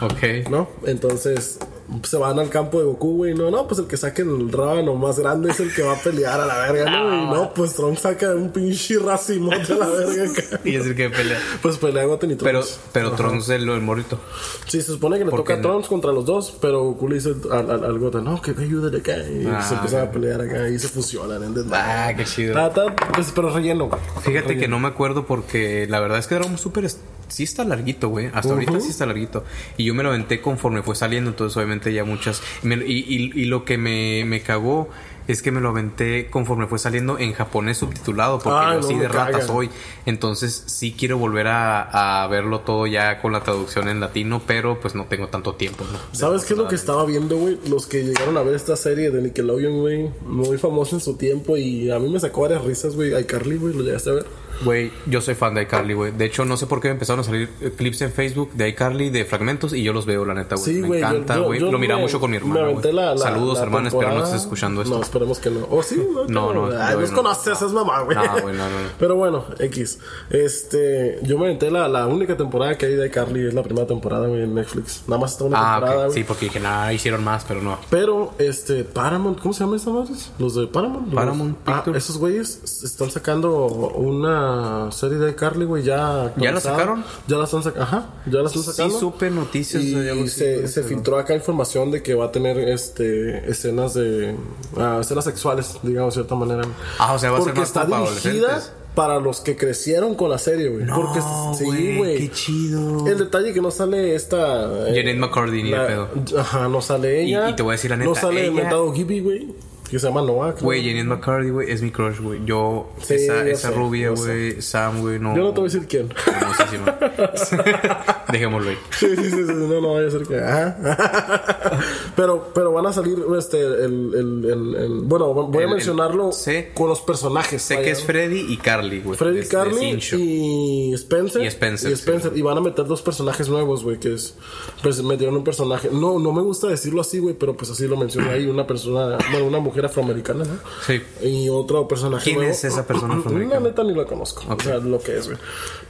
S2: Ok.
S1: ¿no? Entonces se van al campo de Goku, güey. No, no, pues el que saque el rábano más grande es el que va a pelear a la verga, ¿no? Y no, pues Trunks saca un pinche racimote a la verga. acá.
S2: Y es el que pelea.
S1: Pues pelea Goten y
S2: Pero,
S1: Trunks.
S2: pero Trunks es el, el morrito.
S1: Sí, se supone que le toca a Trunks contra los dos, pero Goku le dice al, al, al Goten, no, que me ayude acá. Y
S2: Ah,
S1: se empiezan a pelear acá y se fusionan en desmadre.
S2: Ah, qué chido.
S1: Ta, ta, pues, pero relleno, güey.
S2: Fíjate que no me acuerdo porque la verdad es que Dragon Ball Super es- sí está larguito, güey. Hasta ahorita sí está larguito. Y yo me lo aventé conforme fue saliendo, entonces obviamente ya muchas... me- y, y- y lo que me, me cagó es que me lo aventé conforme fue saliendo en japonés subtitulado, porque
S1: Ay,
S2: yo
S1: Ah, no
S2: así
S1: me
S2: de rata
S1: cagas.
S2: soy. Entonces sí quiero volver a, a verlo todo ya con la traducción en latino, pero pues no tengo tanto tiempo. ¿no?
S1: ¿Sabes qué es lo que estaba viendo, güey? Los que llegaron a ver esta serie de Nickelodeon, güey, muy famosa en su tiempo y a mí me sacó varias risas, güey. Ay, Carly, güey, lo llegaste a ver.
S2: Güey, yo soy fan de iCarly, güey. De hecho, no sé por qué me empezaron a salir eh, clips en Facebook de iCarly de fragmentos y yo los veo, la neta, güey.
S1: Sí,
S2: me
S1: güey. yo-
S2: encanta,
S1: yo-
S2: güey.
S1: yo
S2: Lo miraba
S1: me-
S2: mucho con mi
S1: Me
S2: hermano.
S1: aventé
S2: güey.
S1: la, la-
S2: Saludos,
S1: la
S2: hermana, espero no estés
S1: temporada.
S2: escuchando
S1: No,
S2: esto.
S1: esperemos que no. Oh, sí, no,
S2: No, no,
S1: Ay,
S2: no,
S1: nos
S2: no.
S1: conoces, esas mamá, güey.
S2: No, güey, no, no, no.
S1: Pero bueno, X. Este, yo me aventé la, la única temporada que hay de Carly, es la primera temporada, güey, en Netflix. Nada más está una
S2: ah,
S1: temporada,
S2: ok.
S1: güey.
S2: Sí, porque dije, nada, hicieron más, pero no.
S1: Pero, este, Paramount, ¿cómo se llama esta madre? Los de Paramount. Los-
S2: Paramount
S1: Ah,
S2: Pictures.
S1: esos güeyes s- están sacando una serie de Carly, güey, ya.
S2: ¿Ya la
S1: actualizada.
S2: sacaron?
S1: Ya la están sacando. Ajá, ya la están
S2: Sí,
S1: sacando.
S2: supe noticias.
S1: Y
S2: de algo así,
S1: se, se
S2: pero-
S1: filtró acá información de que va a tener este escenas de ah, escenas sexuales, digamos de cierta manera.
S2: Ah, o sea, va a ser
S1: Porque
S2: más
S1: está
S2: como para
S1: dirigida
S2: adolescentes.
S1: para los que crecieron con la serie, güey. Porque
S2: No,
S1: sí,
S2: Qué
S1: güey.
S2: chido.
S1: El detalle que no sale esta eh,
S2: Janet McCarthy, ni de
S1: la-
S2: pedo.
S1: Ajá, no sale ella.
S2: Y- y te voy a decir la
S1: No
S2: neta,
S1: sale el
S2: ella-
S1: mentado Gibby, güey, que se llama Noah. creo.
S2: Güey, Janet McCarthy, güey, es mi crush, güey. Yo,
S1: Sí,
S2: esa,
S1: yo
S2: esa
S1: sé,
S2: rubia,
S1: yo sé.
S2: güey, Sam, güey, no.
S1: Yo no te voy a decir quién.
S2: Hermosísima. Dejémoslo ahí.
S1: Sí, sí, sí, sí, no, no vaya a ser que. ajá. pero, pero van a salir, este, el, el, el, el- bueno, voy a
S2: El- el-
S1: mencionarlo
S2: sé-
S1: con los personajes.
S2: Sé
S1: vaya.
S2: que es Freddy y Carly, güey.
S1: Freddy
S2: de- de
S1: Carly
S2: Sin Show.
S1: y Spencer.
S2: Y Spencer,
S1: Y, Spencer. y van a meter dos personajes nuevos, güey, que es. Pues metieron un personaje. No, no me gusta decirlo así, güey, pero pues así lo mencioné ahí. Una persona, bueno, una mujer afroamericana, ¿no?
S2: Sí.
S1: Y otro personaje
S2: ¿Quién
S1: nuevo.
S2: es esa persona
S1: La
S2: afroamericana?
S1: neta ni la conozco.
S2: Ok.
S1: O sea, lo que es, güey.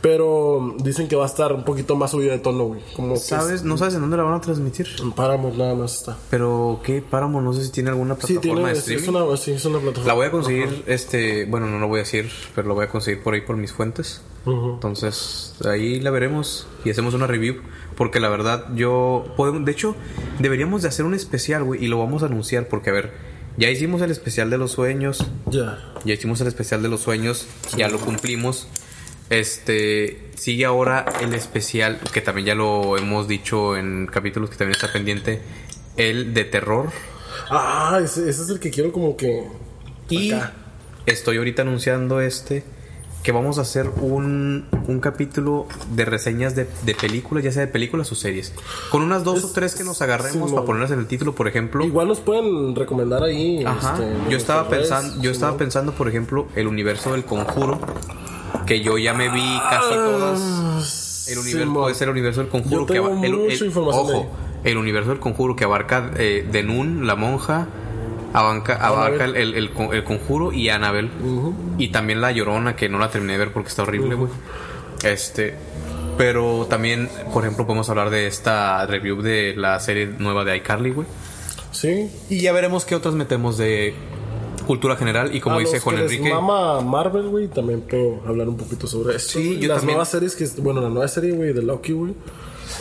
S1: Pero dicen que va a estar un poquito más subida de tono, güey. Como que
S2: ¿Sabes? No sabes en dónde la van a transmitir.
S1: es- en Paramount nada más está.
S2: Pero, ¿qué? Páramo, no sé si tiene alguna
S1: Sí,
S2: plataforma
S1: tiene,
S2: de
S1: es, es
S2: streaming.
S1: una, sí, es una plataforma.
S2: La voy a conseguir, este, bueno, no lo voy a decir, pero lo voy a conseguir por ahí por mis fuentes. Entonces, ahí la veremos y hacemos una review. Porque la verdad, yo podemos, de hecho, deberíamos de hacer un especial, güey, y lo vamos a anunciar. Porque, a ver, ya hicimos el especial de los sueños,
S1: Ya.
S2: ya hicimos el especial de los sueños, ya lo cumplimos. Este sigue ahora el especial que también ya lo hemos dicho en capítulos que también está pendiente, el de terror.
S1: Ah, ese, ese es el que quiero como que.
S2: Y
S1: Acá.
S2: estoy ahorita anunciando este que vamos a hacer un, un capítulo de reseñas de, de películas, ya sea de películas o series. Con unas dos o tres que nos agarremos
S1: Simón.
S2: para ponerlas en el título, por ejemplo.
S1: Igual nos pueden recomendar ahí.
S2: Ajá.
S1: este,
S2: yo
S1: nuestras
S2: estaba
S1: redes,
S2: pensando, yo
S1: Simón.
S2: estaba pensando, por ejemplo, el universo del conjuro, que yo ya me vi casi todas. El universo
S1: Ah, Simón.
S2: puede ser el universo del conjuro
S1: Yo
S2: que
S1: tengo
S2: aba- el-
S1: mucha
S2: el-
S1: información
S2: ojo, el universo del conjuro que abarca eh, de Nun, la monja, abarca, abarca el, el- el con- el conjuro y Annabel y también la llorona que no la terminé de ver porque está horrible, güey. Este, pero también, por ejemplo, podemos hablar de esta review de la serie nueva de iCarly, güey.
S1: Sí.
S2: Y ya veremos qué otras metemos de cultura general y como
S1: A
S2: dice
S1: los
S2: Juan
S1: que les
S2: Enrique.
S1: mama Marvel, güey, también puedo hablar un poquito sobre eso.
S2: Sí,
S1: güey.
S2: yo
S1: Las
S2: también.
S1: nuevas series que. es- Bueno, la nueva serie, güey, de Loki, güey.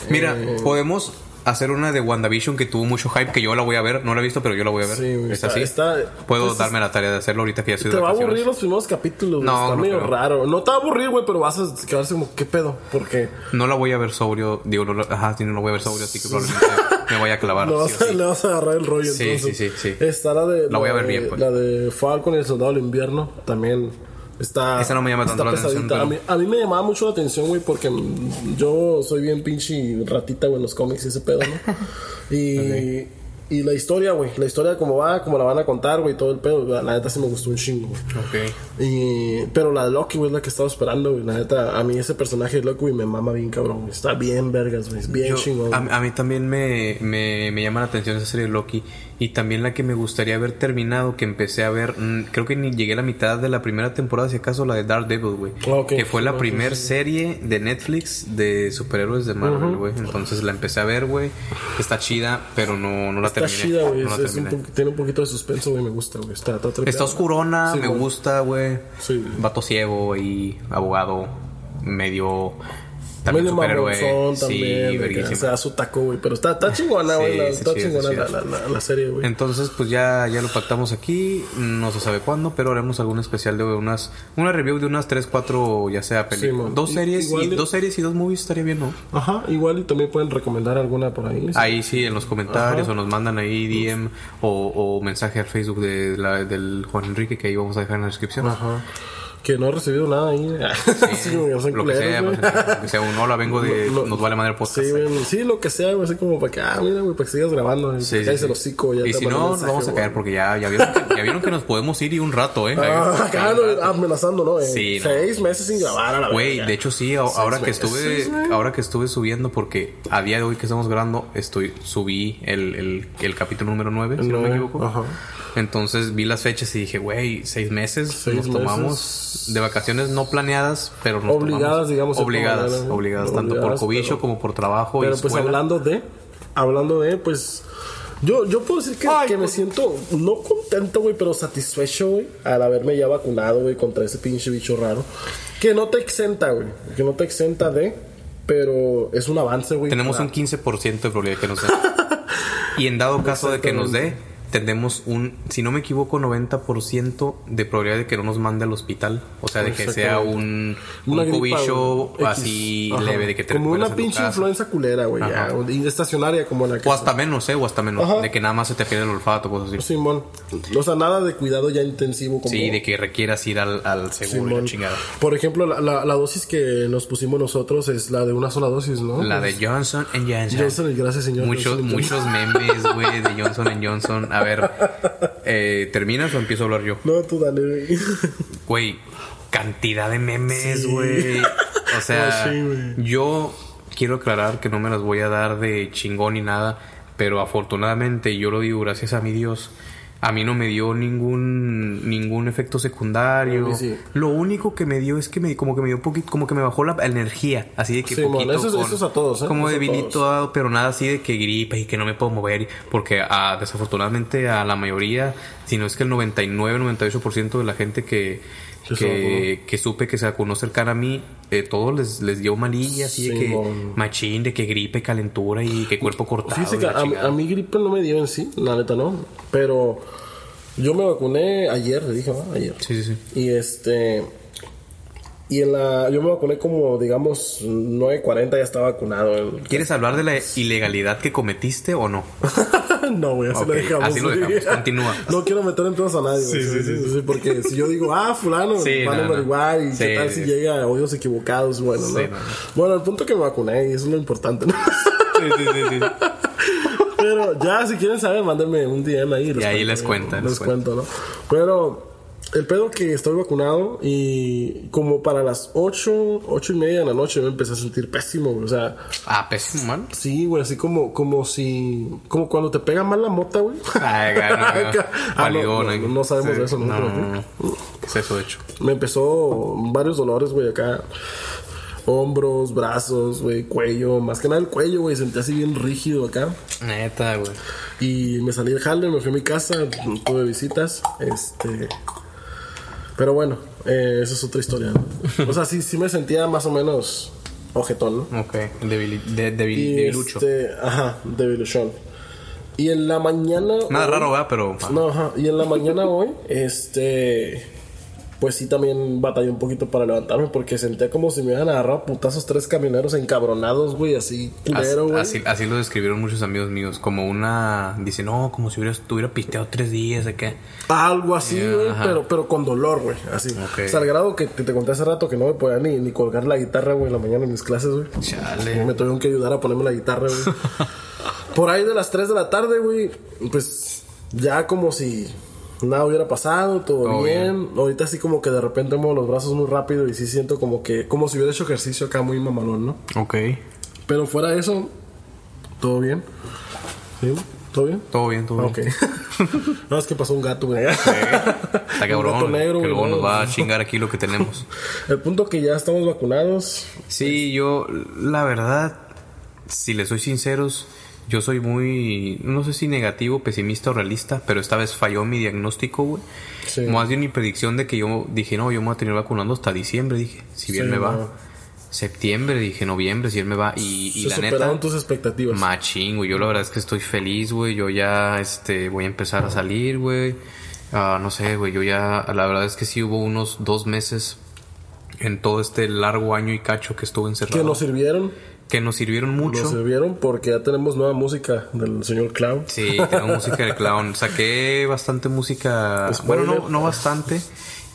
S2: Mira,
S1: eh,
S2: podemos hacer una de WandaVision que tuvo mucho hype que yo la voy a ver, no la he visto, pero yo la voy a ver.
S1: Sí, güey,
S2: es
S1: está-
S2: así.
S1: está-
S2: Puedo
S1: entonces-
S2: darme la tarea de hacerlo ahorita que ya estoy de
S1: Te va a
S2: vacaciones.
S1: aburrir los primeros capítulos, güey.
S2: No,
S1: Está
S2: no
S1: medio
S2: creo.
S1: raro. No te va a aburrir, güey, pero vas a quedarse como, ¿qué pedo? Porque
S2: No la voy a ver sobrio, digo, no la, ajá, sí, no la voy a ver sobrio, así que probablemente me vaya a clavar.
S1: le vas,
S2: Ah, sí o sí.
S1: le vas a agarrar el rollo.
S2: Sí,
S1: entonces.
S2: sí, sí, sí.
S1: Está la de.
S2: La voy a ver
S1: de-
S2: bien, pues.
S1: La de Falcon y el Soldado del Invierno también. Está,
S2: Esa no me llama
S1: está
S2: tanto la atención,
S1: pesadita.
S2: pero-
S1: A mí- A mí me llamaba mucho la atención, güey, porque mm, yo soy bien pinche ratita, güey, en los cómics y ese pedo, ¿no? y, y la historia, güey, la historia como va, como la van a contar, güey, todo el pedo, la neta sí me gustó un chingo, güey.
S2: Ok.
S1: Y, pero la de Loki, güey, es la que estaba esperando, güey. La neta, a mí ese personaje de Loki, güey, me mama bien, cabrón. güey. Está bien, vergas, güey. es Bien
S2: Yo-
S1: chingón.
S2: a, a mí también me, me, me llama la atención esa serie de Loki. Y también la que me gustaría haber terminado, que empecé a ver, mm, creo que ni llegué a la mitad de la primera temporada, si acaso la de Dark Devil, güey.
S1: Ah, ok.
S2: Que fue la
S1: Sí,
S2: primera serie de Netflix de superhéroes de Marvel, güey. Entonces la empecé a ver, güey. Está chida, pero no, no la
S1: Está
S2: terminé.
S1: chida, güey.
S2: No la
S1: es- es un
S2: terminé.
S1: po- tiene un poquito de suspenso, güey. Me gusta, güey. Está, está
S2: Está
S1: trepeada.
S2: oscurona,
S1: Sí,
S2: me
S1: güey.
S2: gusta, güey.
S1: Sí.
S2: Vato ciego y abogado medio También
S1: Medio
S2: superhéroe.
S1: mamonzón
S2: sí,
S1: también. de que
S2: verguísima.
S1: se da su taco, güey. Pero está, está chingona, güey.
S2: Sí,
S1: la-
S2: está
S1: está
S2: chida, está
S1: chingona la,
S2: chida.
S1: la- la- la serie, güey.
S2: Entonces, pues ya, ya lo pactamos aquí. No se sabe cuándo, pero haremos algún especial de unas. Una review de unas 3, 4, ya sea películas.
S1: mon.
S2: dos,
S1: I-
S2: series
S1: igual
S2: y,
S1: de-
S2: dos series y dos movies estaría bien, ¿no?
S1: Ajá, igual y también pueden recomendar alguna por ahí. sí.
S2: Ahí sí, en los comentarios
S1: Ajá.
S2: o nos mandan ahí DM o, o mensaje al Facebook de la- del Juan Enrique que ahí vamos a dejar en la descripción. Eh,
S1: Ajá. Que no he recibido nada ahí. Sí, güey, o sea,
S2: lo, que sea,
S1: culeros, güey.
S2: pues, lo que sea, un hola, vengo de.
S1: Lo- lo-
S2: nos vale madre podcast. eh.
S1: Sí, güey, sí, lo que sea, güey. Así como para que, ah, mira, güey, para que sigas grabando. güey,
S2: Sí, sí,
S1: cállese
S2: sí.
S1: el hocico, ya
S2: y
S1: te
S2: si
S1: mando
S2: no, nos
S1: mensaje,
S2: vamos a
S1: güey.
S2: caer porque ya, ya, vieron que, ya vieron que nos podemos ir y un rato, ¿eh?
S1: Ah, acá,
S2: Un
S1: no,
S2: rato.
S1: amenazando, ¿no? Eh?
S2: Sí, no.
S1: Seis meses sin grabar a la
S2: Güey,
S1: verga.
S2: de hecho sí, a- ahora que
S1: meses,
S2: estuve,
S1: seis meses.
S2: ahora que estuve subiendo, porque a día de hoy que estamos grabando, estoy, subí el, el, el capítulo número 9, si no
S1: Nueve,
S2: me
S1: Ah.
S2: equivoco.
S1: ajá.
S2: Entonces vi las fechas y dije, güey, seis meses
S1: Seis
S2: nos tomamos de vacaciones no planeadas, pero nos
S1: Obligadas,
S2: tomamos-
S1: digamos, de
S2: Obligadas,
S1: forma, ¿no?
S2: obligadas, tanto por
S1: Obligadas,
S2: cobicho
S1: pero-
S2: como por trabajo
S1: Pero
S2: y
S1: pues
S2: escuela.
S1: hablando de, hablando de, pues yo, yo puedo decir que,
S2: Ay,
S1: que me
S2: pues.
S1: siento no contento, güey, pero satisfecho, güey, al haberme ya vacunado, güey, contra ese pinche bicho raro. Que no te exenta, güey, que no te exenta de, pero es un avance, güey.
S2: Tenemos
S1: para-
S2: un 15% de probabilidad que nos dé. y en dado caso de que nos dé, tenemos un, si no me equivoco, 90% de probabilidad de que no nos mande al hospital. O sea, de que sea un, un
S1: una gripa,
S2: cobillo
S1: güey, X.
S2: así
S1: Ajá.
S2: leve, de que te
S1: Como
S2: recuperas
S1: una
S2: en tu
S1: pinche
S2: casa.
S1: influenza culera, güey, ya,
S2: Ajá.
S1: y estacionaria como la que...
S2: O hasta menos, ¿eh? O hasta menos.
S1: Ajá.
S2: De que nada más se te pierde el olfato, cosas así.
S1: Simón, o sea, nada de cuidado ya intensivo como...
S2: Sí, de que requieras ir al, al seguro y la
S1: Simón.
S2: chingada.
S1: Por ejemplo, la, la- la dosis que nos pusimos nosotros es la de una sola dosis, ¿no? pues,
S2: La de Johnson and Johnson.
S1: Johnson, gracias, señor.
S2: Muchos,
S1: Johnson.
S2: muchos memes, güey, de Johnson and Johnson. A ver, eh, ¿terminas o empiezo a hablar yo?
S1: No, tú dale, güey.
S2: Ah, Güey, cantidad de memes,
S1: Sí.
S2: güey. O sea,
S1: Sí, güey.
S2: yo quiero aclarar que no me las voy a dar de chingón ni nada, pero afortunadamente, y yo lo digo gracias a mi Dios, a mí no me dio ningún ningún efecto secundario.
S1: A mí sí.
S2: Lo único que me dio es que me como que me dio poquito, como que me bajó la energía, así de que
S1: Sí,
S2: poquito
S1: bueno, eso es-
S2: con-
S1: eso es a todos, ¿eh?
S2: como
S1: Eso a
S2: debilitado, pero nada así de que gripa y que no me puedo mover, porque ah, desafortunadamente a la mayoría, si no es que el 99, 98% de la gente que
S1: Que se
S2: que, que supe que se vacunó cercana a mí, eh, todo les, les dio malilla, así de
S1: Sí,
S2: que
S1: mon.
S2: machín, de que gripe, calentura y que cuerpo cortado. y
S1: Fíjate que
S2: la
S1: a,
S2: chingada.
S1: a mí gripe no me dio en sí, la neta no. Pero yo me vacuné ayer, le dije, ¿no? Ayer.
S2: Sí, sí, sí.
S1: Y este. Y en la. Yo me vacuné como, digamos, 9.40 ya estaba vacunado. el-
S2: ¿Quieres hablar de la ilegalidad que cometiste o no?
S1: no, güey, así
S2: Ok,
S1: lo dejamos.
S2: así lo
S1: güey.
S2: dejamos. Continúa.
S1: No quiero meter en pedos a nadie, güey.
S2: Sí, sí, sí,
S1: Porque si yo digo, ah, fulano,
S2: Sí,
S1: van
S2: no,
S1: a
S2: no.
S1: averiguar y
S2: Sí,
S1: qué tal
S2: sí,
S1: si
S2: sí.
S1: llega a hoyos equivocados, bueno, ¿no?
S2: no, no.
S1: Bueno, el punto que me vacuné y eso es lo importante, ¿no? Pero ya, si quieren saber, mándenme un DM ahí.
S2: Y ahí les
S1: cuento,
S2: cuentan,
S1: Les
S2: les
S1: cuento, ¿no? Pero el pedo que estoy vacunado y como para las 8, 8 y media de la noche me empecé a sentir pésimo, güey. O sea,
S2: Ah, pésimo, man.
S1: sí, güey, así como, como si. Como cuando te pega mal la mota, güey.
S2: Ay, gano,
S1: Ah,
S2: gano.
S1: no,
S2: Validón,
S1: no,
S2: eh.
S1: no, no sabemos
S2: Sí.
S1: de eso, ¿no?
S2: No,
S1: Pero-
S2: no, no. ¿Qué es eso, de hecho?
S1: Me empezó varios dolores, güey, acá. Hombros, brazos, güey, cuello. Más que nada el cuello, güey. Sentí así bien rígido acá.
S2: Neta, güey.
S1: Y me salí del jale, me fui a mi casa, tuve visitas, este... Pero bueno, eh, esa es otra historia, ¿no? O sea, sí, sí me sentía más o menos ojetón, ¿no?
S2: Ok, debili- de- debil-
S1: Y
S2: debilucho.
S1: este... Ajá, debiluchón. Y en la mañana...
S2: Nada
S1: hoy-
S2: raro, ¿verdad? Pero. ah,
S1: No, ajá. Y en la mañana hoy, este... Pues sí, también batallé un poquito para levantarme porque sentía como si me hubieran agarrado a putazos tres camioneros encabronados, güey, así culero, güey.
S2: así, así lo describieron muchos amigos míos. Como una. Dice, no, como si hubiera, estuviera pisteado tres días, de qué.
S1: Algo así,
S2: Ya,
S1: güey,
S2: ajá.
S1: pero, pero con dolor, güey. Así.
S2: Ok.
S1: O sea, al grado que, que te conté hace rato que no me podía ni, ni colgar la guitarra, güey, en la mañana en mis clases, güey.
S2: Chale.
S1: Me tuvieron que ayudar a ponerme la guitarra, güey. Por ahí de las 3 de la tarde, güey, pues ya como si nada hubiera pasado, todo
S2: Todo
S1: bien. Ahorita así como que de repente muevo los brazos muy rápido y sí siento como que, como si hubiera hecho ejercicio acá muy mamalón, ¿no?
S2: Ok.
S1: Pero fuera de eso, todo bien. ¿Sí? ¿Todo bien?
S2: Todo bien, todo bien.
S1: Ok. no, es que pasó un gato, güey.
S2: Está
S1: Un gato
S2: cabrón.
S1: negro,
S2: que
S1: güey,
S2: luego
S1: ¿no?
S2: nos va a chingar aquí lo que tenemos.
S1: El punto que ya estamos vacunados.
S2: Sí, yo, la verdad, si les soy sinceros, yo soy muy, no sé si negativo, pesimista o realista, pero esta vez falló mi diagnóstico, güey.
S1: Sí.
S2: Más bien mi predicción de que yo dije, no, yo me voy a tener vacunando hasta diciembre, dije, si bien
S1: Sí,
S2: me va.
S1: no.
S2: septiembre, dije noviembre, si él me va. Y, y
S1: Se
S2: la
S1: superaron
S2: neta,
S1: tus expectativas.
S2: machín, güey. Yo la verdad es que estoy feliz, güey. Yo ya este, voy a empezar a salir, güey. Ah, no sé, güey. Yo ya, la verdad es que sí hubo unos dos meses en todo este largo año y cacho que estuve encerrado.
S1: que nos sirvieron.
S2: que nos sirvieron mucho.
S1: Nos sirvieron porque ya tenemos nueva música del señor Clown.
S2: Sí, tengo música de clown. Saqué bastante música. bueno, no, no bastante.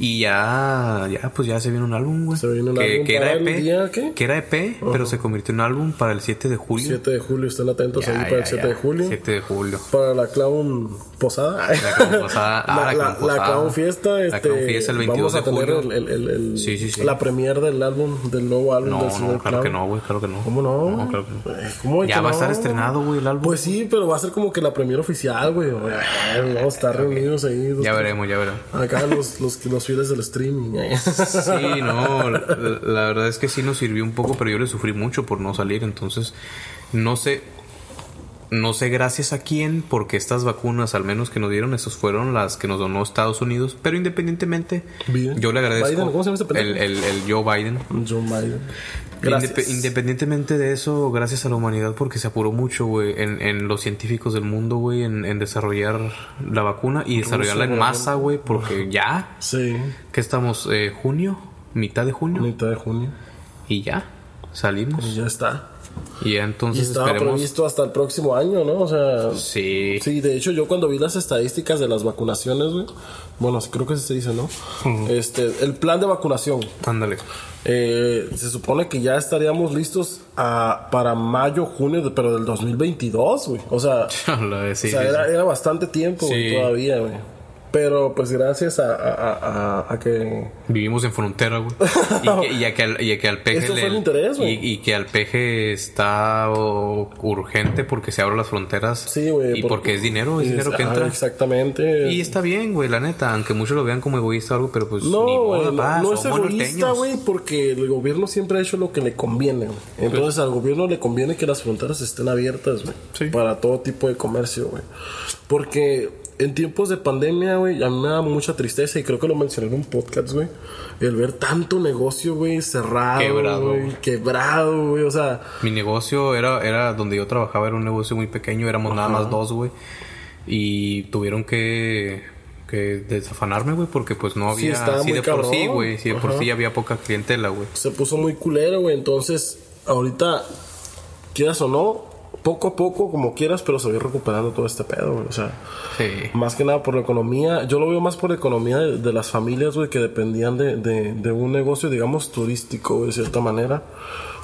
S2: Y ya, ya, pues ya se viene un álbum, güey.
S1: Se viene un
S2: que,
S1: álbum
S2: que era
S1: para
S2: EP.
S1: el día, ¿qué?
S2: Que era EP, pero se convirtió en álbum para el 7 de julio.
S1: 7 de julio, estén atentos
S2: Ya,
S1: ahí
S2: ya,
S1: para el 7
S2: ya.
S1: de julio.
S2: 7 de julio.
S1: Para la Clown Posada.
S2: La Clown Posada. Ah,
S1: La-
S2: la Clown
S1: la- la
S2: Posada.
S1: Clown Fiesta.
S2: La
S1: este,
S2: Clown Fiesta el 22
S1: vamos a
S2: de
S1: tener
S2: julio.
S1: el- el- el- el-
S2: Sí, sí, sí.
S1: La premier del álbum, del nuevo álbum
S2: No,
S1: del señor
S2: no, claro
S1: Clown.
S2: que no, güey, claro que no.
S1: ¿Cómo no?
S2: No, claro que no.
S1: Eh, ¿cómo de
S2: Ya
S1: que
S2: va a
S1: no?
S2: estar estrenado, güey, el álbum.
S1: Pues sí, pero va a ser como que la premier oficial, güey. Ay, Vamos a estar reunidos ahí. los-
S2: Ya veremos, ya veremos.
S1: Acá los, los, los fieles del streaming. eh.
S2: Sí, no, la, la verdad es que sí nos sirvió un poco, pero yo le sufrí mucho por no salir, entonces no sé no sé gracias a quién, porque estas vacunas al menos que nos dieron, esas fueron las que nos donó Estados Unidos, pero independientemente
S1: Biden.
S2: yo le agradezco
S1: Biden, ¿cómo se llama ese pendejo?
S2: el, el- el Joe Biden.
S1: John Biden.
S2: Indep- independientemente de eso, gracias a la humanidad porque se apuró mucho, güey, en, en los científicos del mundo, güey, en, en desarrollar la vacuna y desarrollarla en
S1: seguramente.
S2: masa, güey, porque ya,
S1: Sí,
S2: que estamos? Eh, ¿Junio? ¿Mitad de junio?
S1: mitad de junio.
S2: Y ya,
S1: Y
S2: salimos.
S1: ya está.
S2: Y
S1: Y
S2: ya entonces
S1: estaba
S2: Pues esperemos.
S1: previsto hasta el próximo año, ¿no? O sea,
S2: Sí.
S1: Sí, de hecho yo cuando vi las estadísticas de las vacunaciones, güey, bueno, creo que así se dice, ¿no? Este, el plan de vacunación,
S2: Ándale.
S1: eh, se supone que ya estaríamos listos a- para mayo, junio, de- pero del 2022, güey. O sea,
S2: Lo de- sí,
S1: o sea,
S2: sí,
S1: era,
S2: sí.
S1: era bastante tiempo güey,
S2: Sí.
S1: todavía, güey. Pero pues gracias a, a- a- a- a que...
S2: Vivimos en frontera, güey. Y que, y a que al, y a que al peje.
S1: Eso fue
S2: le-
S1: el interés,
S2: y,
S1: güey.
S2: y que al peje está o, urgente porque se abren las fronteras.
S1: Sí, güey.
S2: Y porque, es dinero, es dinero que
S1: ah,
S2: entra.
S1: exactamente.
S2: Y está bien, güey, la neta. Aunque muchos lo vean como egoísta o algo, pero pues.
S1: No,
S2: ni modo,
S1: güey, no,
S2: va,
S1: no es
S2: somos
S1: egoísta,
S2: norteños.
S1: güey, porque el gobierno siempre ha hecho lo que le conviene. güey.
S2: Pues
S1: Entonces al gobierno le conviene que las fronteras estén abiertas, güey,
S2: Sí.
S1: para todo tipo de comercio, güey. Porque en tiempos de pandemia, güey, a mí me da mucha tristeza y creo que lo mencioné en un podcast, güey, el ver tanto negocio, güey, cerrado,
S2: Quebrado,
S1: güey,
S2: güey.
S1: quebrado, güey, o sea,
S2: Mi negocio era, era donde yo trabajaba, era un negocio muy pequeño, éramos nada más dos, güey. Y tuvieron que, que desafanarme, güey, porque pues no
S1: Sí,
S2: había.
S1: estaba
S2: Sí,
S1: muy
S2: de por sí,
S1: cabrón.
S2: güey. Sí, de por
S1: Ajá.
S2: sí había poca clientela, güey.
S1: se puso muy culero, güey. Entonces, ahorita, quieras o no, poco a poco, como quieras, pero se va a ir recuperando todo este pedo, güey. O sea,
S2: Sí.
S1: más que nada por la economía. Yo lo veo más por la economía de, de las familias, güey, que dependían de, de, de un negocio, digamos, turístico, güey, de cierta manera.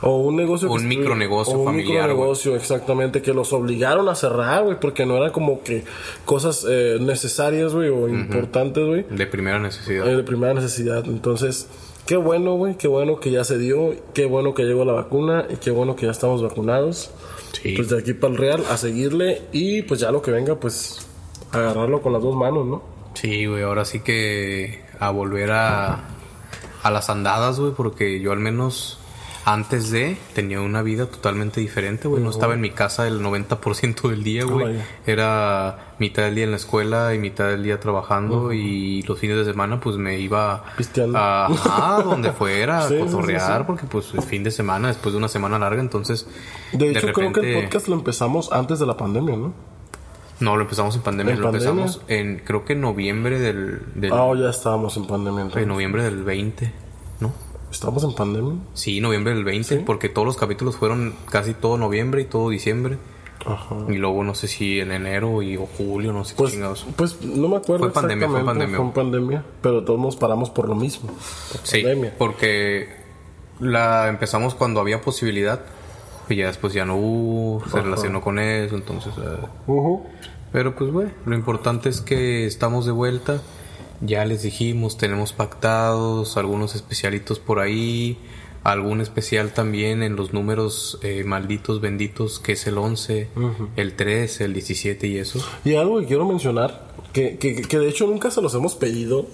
S1: O un negocio... que
S2: Un
S1: estuvi-
S2: micronegocio
S1: o un
S2: familiar,
S1: micronegocio, exactamente, que los obligaron a cerrar, güey, porque no eran como que cosas eh, necesarias, güey, o importantes, güey.
S2: De primera necesidad.
S1: Eh, de primera necesidad. Entonces, qué bueno, güey, qué bueno que ya se dio, qué bueno que llegó la vacuna y qué bueno que ya estamos vacunados.
S2: Sí.
S1: Pues de aquí para el Real, a seguirle y pues ya lo que venga, pues agarrarlo con las dos manos, ¿no?
S2: Sí, güey, ahora sí que a volver a, a las andadas, güey, porque yo al menos antes de tenía una vida totalmente diferente, güey. No estaba en mi casa el 90% del día, güey.
S1: Oh. Ah, vaya.
S2: Era mitad del día en la escuela y mitad del día trabajando y los fines de semana pues me iba
S1: Pisteando.
S2: a, a donde
S1: Sí,
S2: fuera,
S1: sí,
S2: a
S1: sí,
S2: cotorrear,
S1: sí.
S2: porque pues el fin de semana, después de una semana larga, entonces...
S1: De hecho, creo que el
S2: repente-
S1: podcast lo empezamos antes de la pandemia, ¿no?
S2: No, lo empezamos en pandemia,
S1: ¿En
S2: lo
S1: pandemia?
S2: empezamos en creo que en noviembre del... del
S1: Ah, oh, ya estábamos en pandemia. entonces.
S2: Pues, En noviembre del 20, ¿no?
S1: ¿Estábamos en pandemia?
S2: Sí, noviembre del 20, porque todos los capítulos fueron casi todo noviembre y todo diciembre.
S1: Ajá.
S2: Y luego no sé si en enero y, o julio, no sé qué
S1: Pues,
S2: chingados.
S1: pues no me acuerdo
S2: Fue pandemia, fue
S1: exactamente,
S2: pandemia.
S1: fue pandemia, pero todos nos paramos por lo mismo. por
S2: Sí,
S1: pandemia.
S2: porque la empezamos cuando había posibilidad y ya después ya no hubo, se relacionó con eso, entonces... eh,
S1: Ujú.
S2: Pero pues bueno, lo importante es que estamos de vuelta. Ya les dijimos, tenemos pactados algunos especialitos por ahí, algún especial también en los números eh, malditos, benditos, que es el 11, el 13, el 17 y eso.
S1: Y algo que quiero mencionar, que, que, que de hecho nunca se los hemos pedido,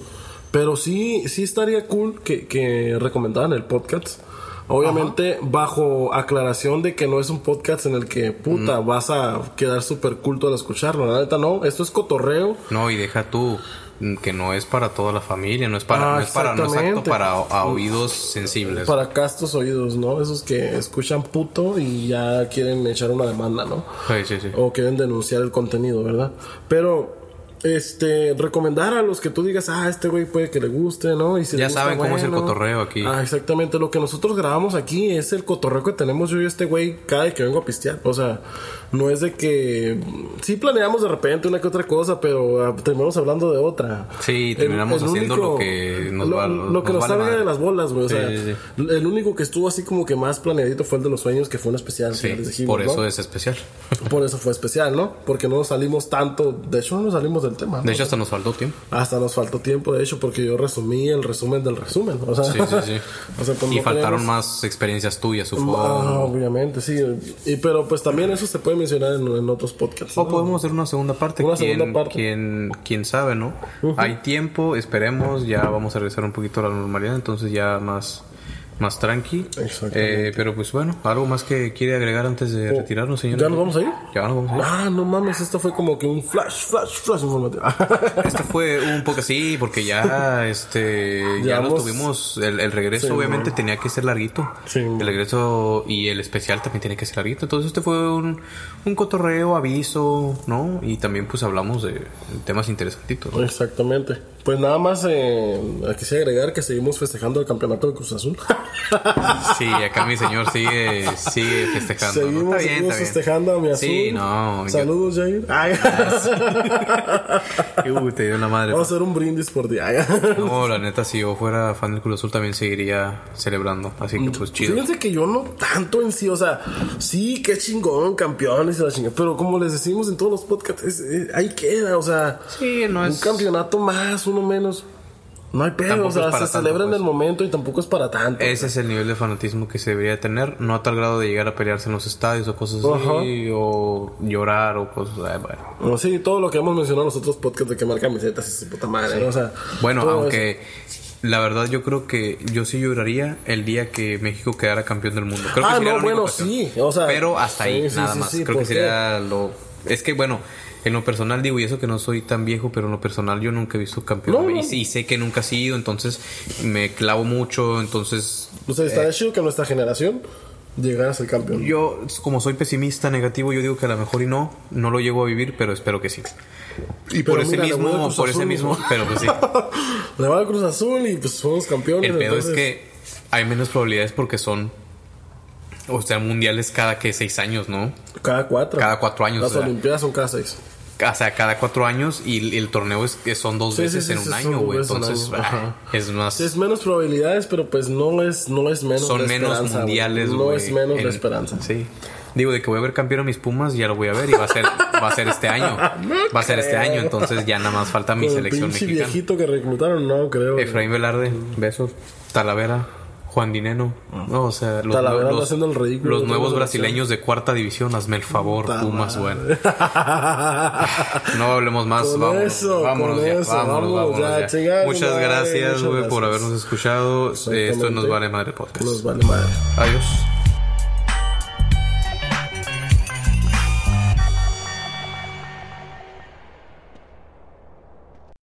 S1: pero sí, sí estaría cool que, que recomendaran el podcast. Obviamente, bajo aclaración de que no es un podcast en el que, puta, vas a quedar súper culto al escucharlo. La neta, no. Esto es cotorreo.
S2: No, y deja tú mm, que no es para toda la familia, no es para,
S1: Ah,
S2: no es para, no es apto
S1: exactamente.
S2: para o- a oídos sensibles.
S1: Para castos oídos, ¿no? Esos que escuchan puto y ya quieren echar una demanda, ¿no?
S2: Sí, sí, sí.
S1: O quieren denunciar el contenido, ¿verdad? Pero, este, recomendar a los que tú digas, ah, este güey puede que le guste, ¿no? Y si le
S2: Ya
S1: gusta,
S2: saben cómo es el cotorreo aquí.
S1: Ah, exactamente. Lo que nosotros grabamos aquí es el cotorreo que tenemos yo y este güey cada vez que vengo a pistear. O sea, no es de que. Sí planeamos de repente una que otra cosa, pero ah, terminamos hablando de otra.
S2: Sí, terminamos haciendo lo que nos
S1: lo,
S2: va-
S1: lo
S2: nos
S1: que nos
S2: vale
S1: salga
S2: madre.
S1: de las bolas, güey. O
S2: Sí,
S1: sea,
S2: sí,
S1: el único que estuvo así como que más planeadito fue el de los sueños, que fue un especial. que
S2: Sí,
S1: ya les dijimos,
S2: por
S1: ¿no?
S2: eso es especial.
S1: Por eso fue especial, ¿no? Porque no nos salimos tanto. De hecho, no nos salimos del tema. ¿no?
S2: De hecho, hasta nos faltó tiempo.
S1: Hasta nos faltó tiempo, de hecho, porque yo resumí el resumen del resumen. O sea,
S2: Sí, sí, sí.
S1: o sea, pues
S2: y
S1: no
S2: faltaron
S1: queremos-
S2: más experiencias tuyas,
S1: Ah,
S2: supongo.
S1: obviamente, sí. Y, pero pues también eso se puede mencionar en, en otros podcasts.
S2: O
S1: ¿no?
S2: podemos hacer una segunda parte.
S1: Una
S2: ¿Quién,
S1: segunda parte.
S2: quién- quién sabe, ¿no? Hay tiempo, esperemos. Ya vamos a regresar un poquito a la normalidad, entonces ya más, más tranqui.
S1: Exactamente. Oh,
S2: Eh, pero pues bueno, ¿algo más que quiere agregar antes de retirarnos, señor?
S1: ¿Ya nos vamos a ir?
S2: Ya nos vamos a ir.
S1: Ah, no mames, esto fue como que un flash, flash, flash informativo.
S2: Este fue un poco así, porque ya este ya lo
S1: Llevamos-
S2: tuvimos. El, el regreso
S1: Sí,
S2: obviamente tenía que ser larguito.
S1: Sí.
S2: El regreso y el especial también tiene que ser larguito. Entonces este fue un, un cotorreo, aviso, ¿no? Y también pues hablamos de temas interesantitos. ¿no?
S1: Exactamente. Pues nada más eh, quisiera agregar que seguimos festejando el campeonato de Cruz Azul.
S2: Sí, acá mi señor sigue, sigue festejando. ¿no?
S1: seguimos seguimos
S2: Está bien, Ah, está bien.
S1: festejando a mi azul.
S2: Sí, no. yo-
S1: Saludos, Jair. Ay,
S2: Uy, te dio la madre.
S1: Vamos a hacer un brindis por ti. Ah, Ay,
S2: No, la neta, si yo fuera fan del Cruz Azul también seguiría celebrando. Así
S1: Mm,
S2: que pues chido.
S1: Fíjense que yo no tanto en sí, o sea, sí, qué chingón, campeones y la chingada, pero como les decimos en todos los podcasts, es- es- ahí queda, o sea,
S2: Sí, no
S1: un campeonato más, uno menos, no hay pedo,
S2: Tampoco
S1: o sea,
S2: es
S1: se
S2: para tanto,
S1: celebra en
S2: pues.
S1: el momento y tampoco es para tanto.
S2: Ese es el nivel de fanatismo que se debería tener, no a tal grado de llegar a pelearse en los estadios o cosas así, o llorar o cosas ay, bueno.
S1: No, Sí, todo lo que hemos mencionado en los otros podcasts de quemar camisetas y su puta madre, ¿no? o sea,
S2: Bueno,
S1: todo eso.
S2: aunque la verdad yo creo que yo sí lloraría el día que México quedara campeón del mundo. Creo que
S1: Ah,
S2: sería
S1: no,
S2: la única
S1: bueno,
S2: ocasión.
S1: sí, o sea,
S2: Pero hasta ahí,
S1: sí, sí,
S2: nada
S1: sí,
S2: más.
S1: sí,
S2: creo que
S1: ¿por qué?
S2: sería lo... Es que bueno, en lo personal digo, y eso que no soy tan viejo, pero en lo personal yo nunca he visto campeón.
S1: No,
S2: y,
S1: no.
S2: sí, sé que nunca he sido, entonces me clavo mucho, entonces
S1: o sea, está chido que nuestra generación llegara a ser campeón.
S2: Eh. Yo, como soy pesimista, negativo, yo digo que a lo mejor y no, no lo llego a vivir, pero espero que sí. Y
S1: Pero
S2: por ese
S1: mira, le voy al
S2: mismo,
S1: Cruz
S2: por ese
S1: Azul,
S2: mismo,
S1: ¿no?
S2: pero pues sí.
S1: Le va a Cruz Azul y pues somos campeones.
S2: El pedo es
S1: entonces-
S2: que hay menos probabilidades porque son, o sea, mundiales cada que seis años, ¿no?
S1: Cada cuatro.
S2: Cada cuatro años,
S1: Las
S2: o sea.
S1: Olimpiadas son cada seis.
S2: O sea, cada cuatro años y el torneo es que son dos
S1: Sí, sí,
S2: veces
S1: sí,
S2: en
S1: sí,
S2: un
S1: son
S2: año,
S1: dos
S2: güey.
S1: veces en un
S2: Entonces,
S1: año, ajá.
S2: es más.
S1: Sí, es menos probabilidades, pero pues no es, no es menos
S2: son
S1: la
S2: menos
S1: esperanza, güey.
S2: mundiales,
S1: No
S2: güey,
S1: es menos
S2: en-
S1: la esperanza.
S2: Sí. Digo, de que voy a ver campeón a mis Pumas, ya lo voy a ver y va a ser, va a ser este año. Va a ser este año, entonces ya nada más falta mi
S1: Con el
S2: selección
S1: pinche
S2: mexicana.
S1: viejito que reclutaron, no creo. güey.
S2: Efraín Velarde, besos. Talavera, Juan Dineno. No, o sea, los,
S1: Ah. Talavera
S2: nue-
S1: anda
S2: los-
S1: haciendo el ridículo
S2: los
S1: de
S2: nuevos
S1: la
S2: brasileños de cuarta división, hazme el favor,
S1: Puta
S2: Pumas,
S1: madre.
S2: bueno. No hablemos más,
S1: Con
S2: vámonos.
S1: eso,
S2: vámonos
S1: con
S2: ya,
S1: eso,
S2: vámonos,
S1: vámonos
S2: vámonos
S1: ya,
S2: ya.
S1: chingada
S2: Muchas
S1: madre,
S2: gracias,
S1: muchas
S2: güey, por
S1: gracias.
S2: habernos escuchado. Eh, Esto es nos
S1: Exactamente.
S2: vale madre podcast.
S1: Nos vale madre.
S2: Adiós.